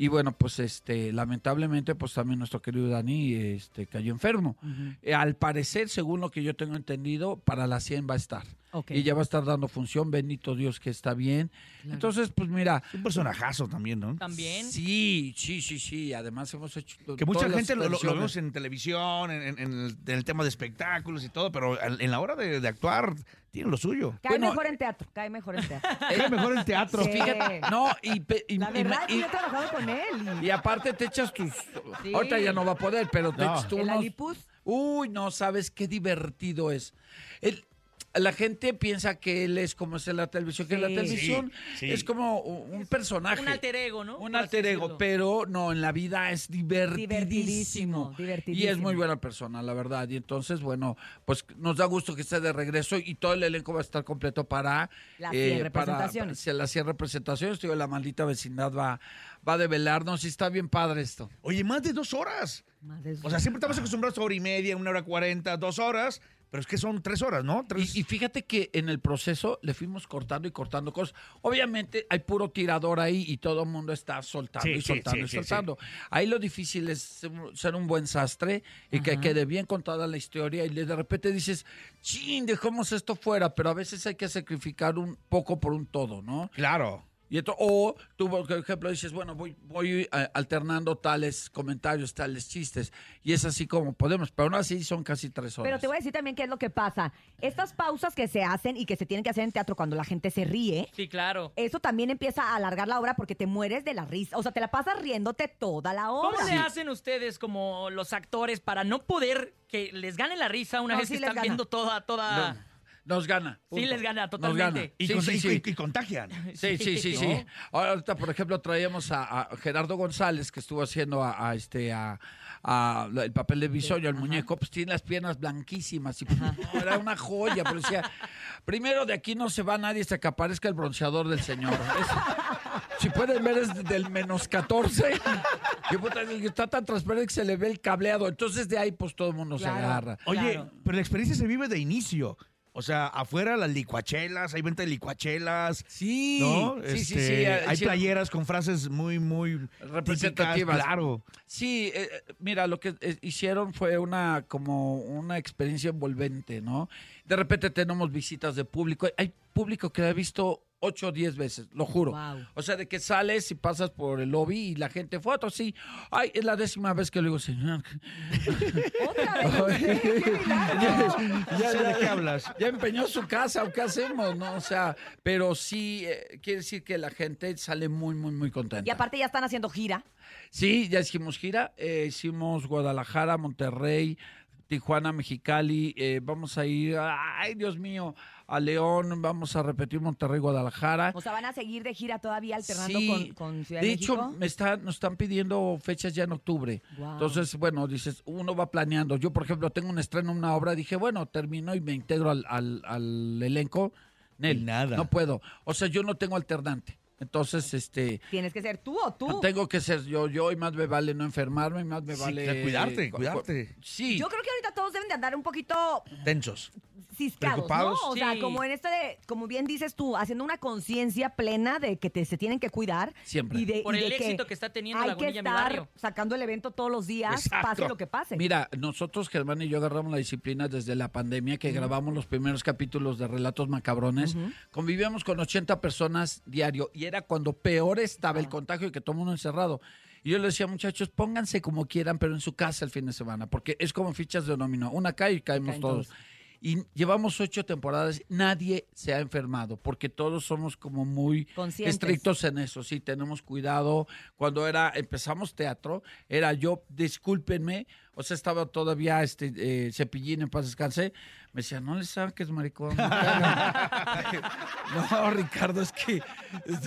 Y bueno, pues este, lamentablemente, pues también nuestro querido Dani este, cayó enfermo. Eh, Al parecer, según lo que yo tengo entendido, para la 100 va a estar. Ok. Y ya va a estar dando función, bendito Dios que está bien. Entonces, pues mira. un personajazo también, ¿no? También. Sí, sí, sí, sí. Además hemos hecho... to- Que mucha todas las gente lo, lo- lo versiones. vemos en televisión, en, en- en el, en el tema de espectáculos y todo, pero al- en la hora de, de actuar tiene lo suyo. Cae mejor en teatro, cae mejor en teatro. Cae mejor en teatro. Sí. Fíjate, no, y, pe- y- La y- verdad es que y- yo he trabajado con él. y aparte te echas tus... Sí. Ahorita ya no va a poder, pero te No. echas tú ¿El unos- alipus? Uy, no sabes qué divertido es. El- la gente piensa que él es como es en la televisión, que en la Sí. televisión Sí, sí. es como un un personaje. Un alter ego, ¿no? Un Por así alter ego, decirlo. pero no, en la vida es divertidísimo. Divertidísimo, Y divertidísimo. es muy buena persona, la verdad. Y entonces, bueno, pues nos da gusto que esté de regreso y todo el elenco va a estar completo para... eh, Las cien para- representaciones. para las 100 representaciones. Digo, la maldita vecindad va, va a develarnos y está bien padre esto. Oye, más de dos horas. O sea, siempre estamos acostumbrados a hora y media, una hora cuarenta, dos horas, pero es que son tres horas, ¿no? Y, y fíjate que en el proceso le fuimos cortando y cortando cosas. Obviamente hay puro tirador ahí y todo el mundo está soltando Sí, y sí, soltando sí, y sí, soltando. Ahí lo difícil es ser un- ser un buen sastre y que Ajá. quede bien contada la historia y le- de repente dices, chin, dejamos esto fuera, pero a veces hay que sacrificar un poco por un todo, ¿no? Claro. Y esto, o tú, por ejemplo, dices, bueno, voy, voy eh, alternando tales comentarios, tales chistes, y es así como podemos, pero aún así son casi tres horas. Pero te voy a decir también qué es lo que pasa. Estas pausas que se hacen y que se tienen que hacer en teatro cuando la gente se ríe, Sí, claro. eso también empieza a alargar la obra porque te mueres de la risa. O sea, te la pasas riéndote toda la obra. ¿Cómo le hacen ustedes como los actores para no poder que les gane la risa una No, vez sí que les están gana. viendo toda, toda... No, Nos gana. Sí, les gana, totalmente. Y, Sí, con- sí, y- sí. y- y contagian. Sí, sí, sí, sí. ¿No? Ahora, Ahorita, por ejemplo, traíamos a, a Gerardo González, que estuvo haciendo a, a este a, a la- el papel de Bisoño, el muñeco, pues tiene las piernas blanquísimas. Y, no, era una joya, pero decía, primero de aquí no se va nadie hasta que aparezca el bronceador del señor. Es- si pueden ver, es del menos 14. Y, puta, está tan transparente que se le ve el cableado. Entonces, de ahí, pues todo el mundo se agarra. Oye, pero la experiencia se vive de inicio. O sea, afuera las licuachelas, hay venta de licuachelas. Sí, ¿no? sí, sí, Este, sí, eh, Hay sí. playeras con frases muy, muy representativas. típicas, Claro. Sí, eh, eh, mira, lo que eh, hicieron fue una como una experiencia envolvente, ¿no? De repente tenemos visitas de público. Hay público que la he visto ocho o diez veces, lo juro. Guau. O sea, de que sales y pasas por el lobby y la gente, foto, sí. Ay, es la décima vez que le digo, señor. No sé de qué hablas. Ya empeñó su casa, ¿o qué hacemos? No, o sea, pero sí, eh, quiere decir que la gente sale muy, muy, muy contenta. Y aparte ya están haciendo gira. Sí, ya hicimos gira, eh, hicimos Guadalajara, Monterrey, Tijuana, Mexicali, eh, vamos a ir, ay Dios mío, a León, vamos a repetir Monterrey, Guadalajara. O sea, van a seguir de gira todavía alternando Sí, con, con Ciudad de de hecho, México. me están, nos están pidiendo fechas ya en octubre. Guau. Entonces, bueno, dices, uno va planeando. Yo, por ejemplo, tengo un estreno, una obra, dije, bueno, termino y me integro al, al- al elenco. Nel, Nada. No puedo. O sea, yo no tengo alternante. Entonces, este... Tienes que ser tú o tú. Tengo que ser yo, yo, y más me vale no enfermarme, y más me Sí, vale. cuidarte, cu- cuidarte. cu- Sí. Yo creo que ahorita todos deben de andar un poquito Tensos. ciscados, ¿no? Preocupados. O sea, Sí. como en esto de, como bien dices tú, haciendo una conciencia plena de que te, se tienen que cuidar. Siempre. Y de, Por y de el éxito que está teniendo hay la Lagunilla, que mi estar barrio. sacando el evento todos los días, Exacto. pase lo que pase. Mira, nosotros, Germán y yo, agarramos la disciplina desde la pandemia que grabamos los primeros capítulos de Relatos Macabrones. Convivíamos con 80 personas diario y era cuando peor estaba Ah. el contagio y que todo el mundo encerrado. Y yo le decía, muchachos, pónganse como quieran, pero en su casa el fin de semana, porque es como fichas de dominó. Una cae y caemos Caen todos. todos. Y llevamos ocho temporadas, nadie se ha enfermado, porque todos somos como muy Conscientes. estrictos en eso, sí, tenemos cuidado. Cuando era, empezamos teatro, era yo, discúlpenme, o sea, estaba todavía este eh, cepillín en paz descanse, me decía, no le saques, maricón. no te hagas". No, Ricardo, es que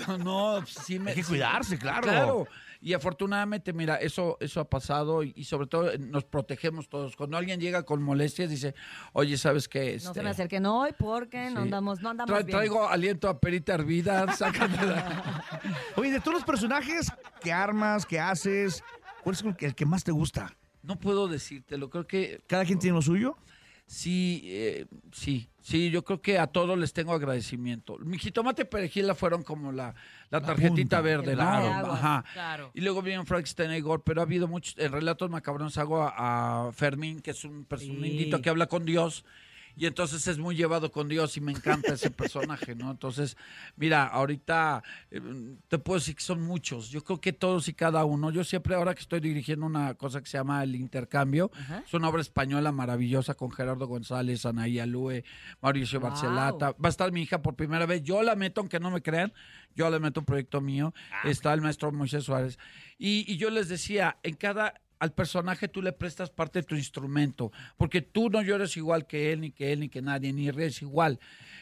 no, no, sí me. Hay que sí. cuidarse, claro. Claro. Y afortunadamente, mira, eso, eso ha pasado y, y sobre todo eh, nos protegemos todos. Cuando alguien llega con molestias, dice, oye, ¿sabes qué? No se Este, me acerquen hoy porque no sí. andamos, no andamos tra- bien. traigo aliento a perita hervida, sácame la- Oye, de todos los personajes, ¿qué armas? ¿Qué haces? ¿Cuál es el que más te gusta? No puedo decírtelo, creo que... ¿Cada quien tiene lo suyo? Sí, eh, sí, sí, yo creo que a todos les tengo agradecimiento. Mi jitomate y perejila fueron como la, la tarjetita punta. verde, El ¿no? paraguas. Ajá. Claro. Y luego viene Frank Stenegor, pero ha habido muchos, en Relatos Macabrones hago a, a Fermín, que es un, pers- un Sí. indito que habla con Dios. Y entonces es muy llevado con Dios y me encanta ese personaje, ¿no? Entonces, mira, ahorita eh, te puedo decir que son muchos. Yo creo que todos y cada uno. Yo siempre, ahora que estoy dirigiendo una cosa que se llama El Intercambio, es una obra española maravillosa con Gerardo González, Anaí Alue, Mauricio Wow. Barcelata. Va a estar mi hija por primera vez. Yo la meto, aunque no me crean, yo la meto un proyecto mío. Está el maestro Moisés Suárez. Y, y yo les decía, en cada. Al personaje tú le prestas parte de tu instrumento, porque tú no lloras igual que él, ni que él, ni que nadie, ni ríes igual.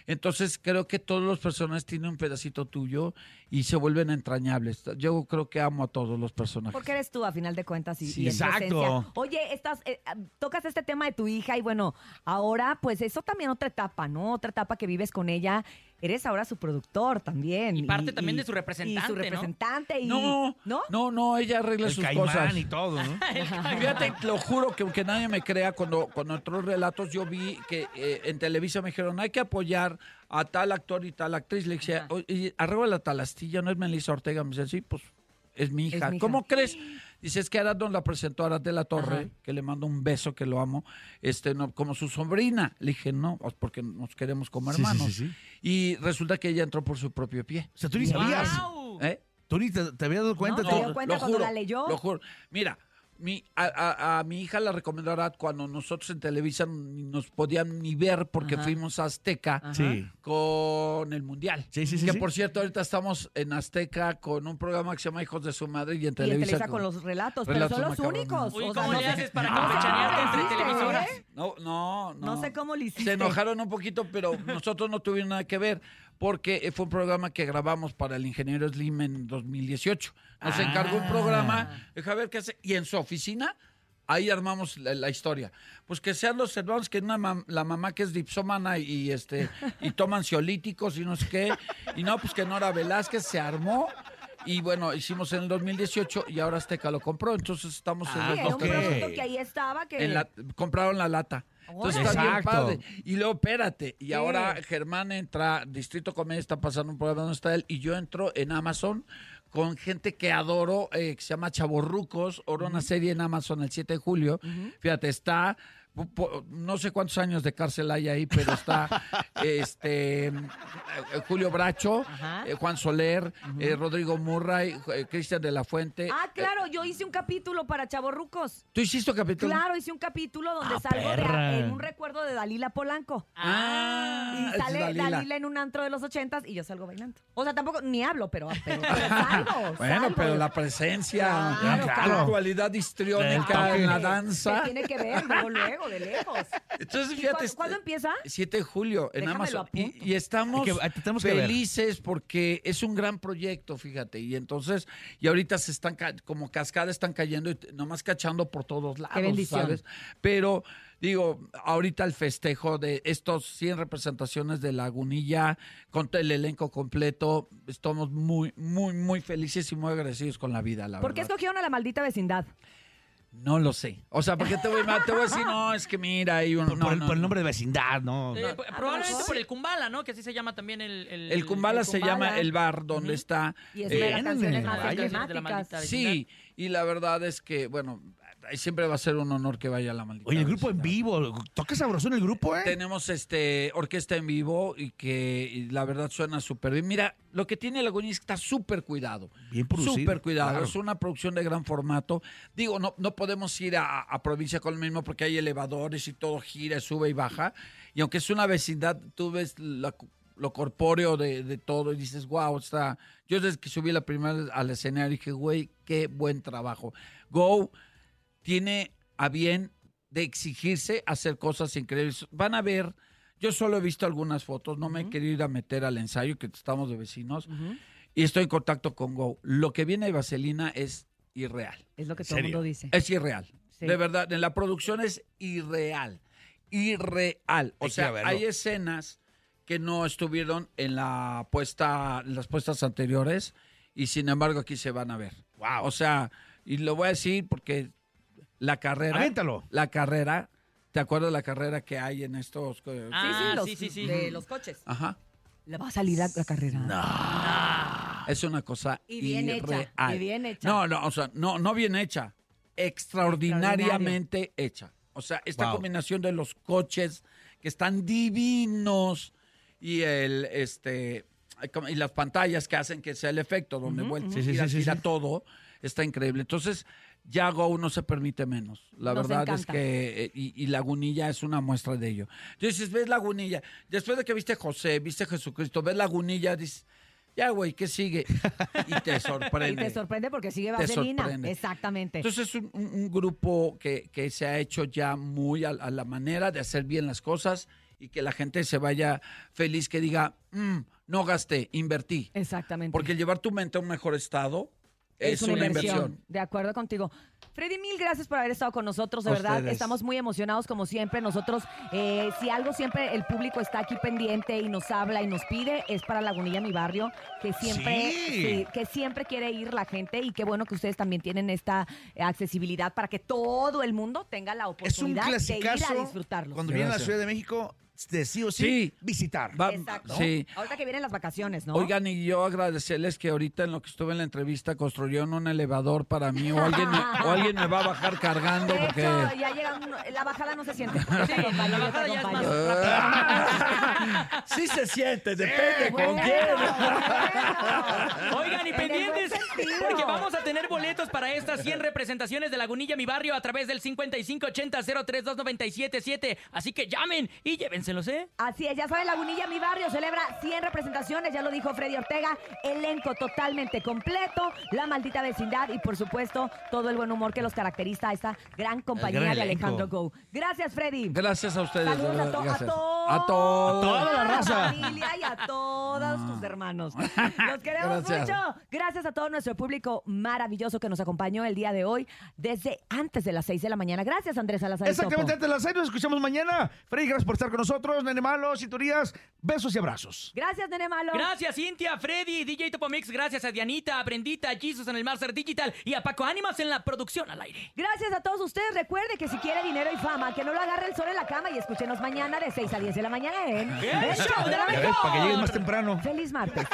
Entonces creo que todos los personajes tienen un pedacito tuyo y se vuelven entrañables. Yo creo que amo a todos los personajes. Porque eres tú, a final de cuentas, y, Sí, y es tu exacto. esencia. Oye, estás, eh, ah, tocas este tema de tu hija y bueno, ahora pues eso también otra etapa, ¿no? Otra etapa que vives con ella. Eres ahora su productor también. Y parte también de su representante, Y su ¿no? representante. Y, No, no, no, ella arregla El sus caimán cosas. y todo, ¿no? Fíjate, te lo juro que aunque nadie me crea, cuando, cuando entró relatos, yo vi que eh, en Televisa me dijeron, hay que apoyar a tal actor y tal actriz. Le dije, oye, arregla la talastilla, no es Melissa Ortega. Me dice, sí, pues es mi hija. mi hija. ¿Cómo crees? Dice, es que Arad nos la presentó a Arad de la Torre, que le mando un beso, que lo amo, este, no, como su sobrina. Le dije, no, pues, porque nos queremos como Sí, sí, sí, hermanos. sí. Y resulta que ella entró por su propio pie. O sea, tú ni sabías. ¿Eh? ¿Tú ni te, te habías dado cuenta? No, Tú- no, lo juro, Lo juro. Mira, mi, a, a- a mi hija la recomendó Arad cuando nosotros en Televisa ni nos podían ni ver porque Ajá. fuimos a Azteca Sí. con el Mundial. sí, que sí. por cierto, ahorita estamos en Azteca con un programa que se llama Hijos de su Madre y en Y en Televisa. Televisa con los relatos, Relatos pero son los macabrones. únicos. Uy, O sea, ¿cómo le no sé- haces para no sé cómo le campechanearte entre hiciste, televisoras? ¿eh? No, no, no. No sé cómo le hiciste. Se enojaron un poquito, pero nosotros no tuvimos nada que ver porque eh, fue un programa que grabamos para el ingeniero Slim en 2018. Nos Ah. encargó un programa, deja ver qué hace, y en su oficina ahí armamos la, la historia. Pues que sean los hermanos que una mam- la mamá que es dipsómana y, y, este y toman ansiolíticos y no sé qué, y no pues que Nora Velázquez se armó. Y bueno, hicimos en el 2018 y ahora Azteca lo compró, entonces estamos en Sí, los era dos un proyectos. producto que ahí estaba que... Ah, En la- eh, compraron la lata. Entonces está bien Exacto. padre. Y luego, espérate, y Sí. ahora Germán entra, Distrito Comedia está pasando un programa donde está él, y yo entro en Amazon con gente que adoro, eh, que se llama Chaborrucos, ahora una serie en Amazon el 7 de julio. Fíjate, está, po- po- no sé cuántos años de cárcel hay ahí, pero está este eh, eh, Julio Bracho, eh, Juan Soler, eh, Rodrigo Murray, eh, Cristian de la Fuente. Ah, claro, eh, yo hice un capítulo para Chavorrucos. ¿Tú hiciste capítulo? Claro, hice un capítulo donde Ah, salgo de, perra. en un recuerdo de Dalila Polanco. Ah, y es sale Dalila. Dalila. en un antro de los ochentas y yo salgo bailando. O sea, tampoco ni hablo, pero, pero- pero salgo. Bueno, salgo. pero la presencia, Claro, la claro. cualidad histriónica Hombre, en la se danza. tiene que ver luego, luego, de lejos. Entonces, ¿Y fíjate, cuándo- este- ¿Cuándo empieza? 7 de julio en Déjamelo Amazon. apunto. Y, y estamos Hay que- tenemos que ver. felices porque es un gran proyecto, fíjate. Y entonces, y ahorita se están ca- como cascada, están cayendo y t- nomás cachando por todos lados, Qué bendición. ¿sabes? Pero digo, ahorita el festejo de estos 100 representaciones de Lagunilla con todo el elenco completo, estamos muy, muy, muy felices y muy agradecidos con la vida, la ¿Por qué verdad. escogieron a la maldita vecindad? No lo sé. O sea, porque te voy, te voy a decir, no, es que mira, hay un. Por, el- por el nombre de vecindad, ¿no. Eh, p- Ah, probablemente por el Kumbala, ¿no? Que así se llama también el... El, El Kumbala se llama Kumbala. el bar donde está. Eh, Y es una de las canciones más vaya. emblemáticas. Sí, y la verdad es que, bueno, siempre va a ser un honor que vaya a la maldita. Oye, el grupo en vivo. Toca sabroso en el grupo, ¿eh? Tenemos este orquesta en vivo y que y la verdad suena súper bien. Mira, lo que tiene Laguna es que está súper cuidado. Bien producido, Súper cuidado. claro. Es una producción de gran formato. Digo, no, no podemos ir a, a provincia con lo mismo porque hay elevadores y todo gira, sube y baja. Y aunque es una vecindad, tú ves la cu- lo corpóreo de, de todo y dices, wow, está. Yo desde que subí la primera vez al escenario dije, güey, qué buen trabajo. Go tiene a bien de exigirse hacer cosas increíbles. Van a ver, yo solo he visto algunas fotos, no me he querido ir a meter al ensayo que estamos de vecinos y estoy en contacto con Go. Lo que viene de Vaselina es irreal. Es lo que ¿En todo el serio? mundo dice. Es irreal. Sí. De verdad, en la producción es irreal. Irreal. O Hay que sea, verlo. hay escenas que no estuvieron en la puesta, en las puestas anteriores, y sin embargo aquí se van a ver. O sea, y lo voy a decir porque la carrera. Aviéntalo. La carrera. ¿Te acuerdas de la carrera que hay en estos? eh, Ah, sí, los- De Ujú. los coches. Ajá. La va a salir la, la carrera. Es una cosa Y bien hecha, irreal. y bien hecha. No, no, o sea, no, no bien hecha. Extraordinariamente hecha. O sea, esta Wow. combinación de los coches que están divinos y el este y las pantallas que hacen que sea el efecto donde Ujú, vuelta ujú. y Sí, sí, gira, sí, sí, gira todo, está increíble. Entonces, Yago no se permite menos. La Nos verdad es encanta. que eh, y, y Lagunilla es una muestra de ello. Dices, ves Lagunilla, después de que viste José, viste Jesucristo, ves Lagunilla, dices, ya güey, ¿qué sigue? Y te Y te sorprende. sorprende porque sigue Te Vaselina. sorprende. Exactamente. Entonces es un, un- un grupo que, que se ha hecho ya muy a, a la manera de hacer bien las cosas y que la gente se vaya feliz, que diga, "Mm, no gasté, invertí. Exactamente. Porque el llevar tu mente a un mejor estado es, una, inversión. De acuerdo contigo. Freddy, mil gracias por haber estado con nosotros, de A verdad. ustedes. Estamos muy emocionados como siempre. Nosotros, eh, si algo siempre el público está aquí pendiente y nos habla y nos pide, es para Lagunilla, mi barrio, que siempre, Sí. sí, que siempre quiere ir la gente y qué bueno que ustedes también tienen esta eh, accesibilidad para que todo el mundo tenga la Es un oportunidad de ir a clasicazo. disfrutarlo. Cuando viene a la Ciudad de México, de sí o sí, Sí. visitar. Va- Exacto. sí. Ahorita que vienen las vacaciones, ¿no? Oigan, y yo agradecerles que ahorita en lo que estuve en la entrevista construyeron un elevador para mí o alguien me, o alguien me va a bajar cargando De porque... hecho, ya llegan, la bajada no se siente. Sí, la bajada ya es Sí se siente, depende con quién. Oigan, y En el pendientes, buen sentido. porque vamos a tener boletos para estas 100 representaciones de Lagunilla Mi Barrio a través del 5580-032977. Así que llamen y llévenselos, ¿eh? Así es, ya saben, Lagunilla, mi barrio, celebra 100 representaciones, ya lo dijo Freddy Ortega, elenco totalmente completo, la maldita vecindad y por supuesto todo el buen humor que los caracteriza a esta gran compañía gran de Alejandro elenco. Go. Gracias, Freddy. Gracias a ustedes. de Saludos a verdad, to- a gracias. todos. A todos. A tu familia y a todos tus hermanos. Los queremos Gracias. mucho. Gracias a todo nuestro público maravilloso que nos acompañó el día de hoy desde antes de las 6 de la mañana. Gracias, Andrés Salazar. y Exactamente, Topo. antes de las seis, nos escuchamos mañana. Freddy, gracias por estar con nosotros. Nene Malo, Cinturías, besos y abrazos. Gracias, Nene Malo. Gracias, Cintia, Freddy, DJ Topomix. Gracias a Dianita, a Brendita, a Jesus en el Master Digital y a Paco Ánimas en la producción al aire. Gracias a todos ustedes. Recuerde que si quiere dinero y fama, que no lo agarre el sol en la cama y escúchenos mañana de 6 a 10 de la mañana en Ya ves, Para que llegues más temprano. Feliz martes.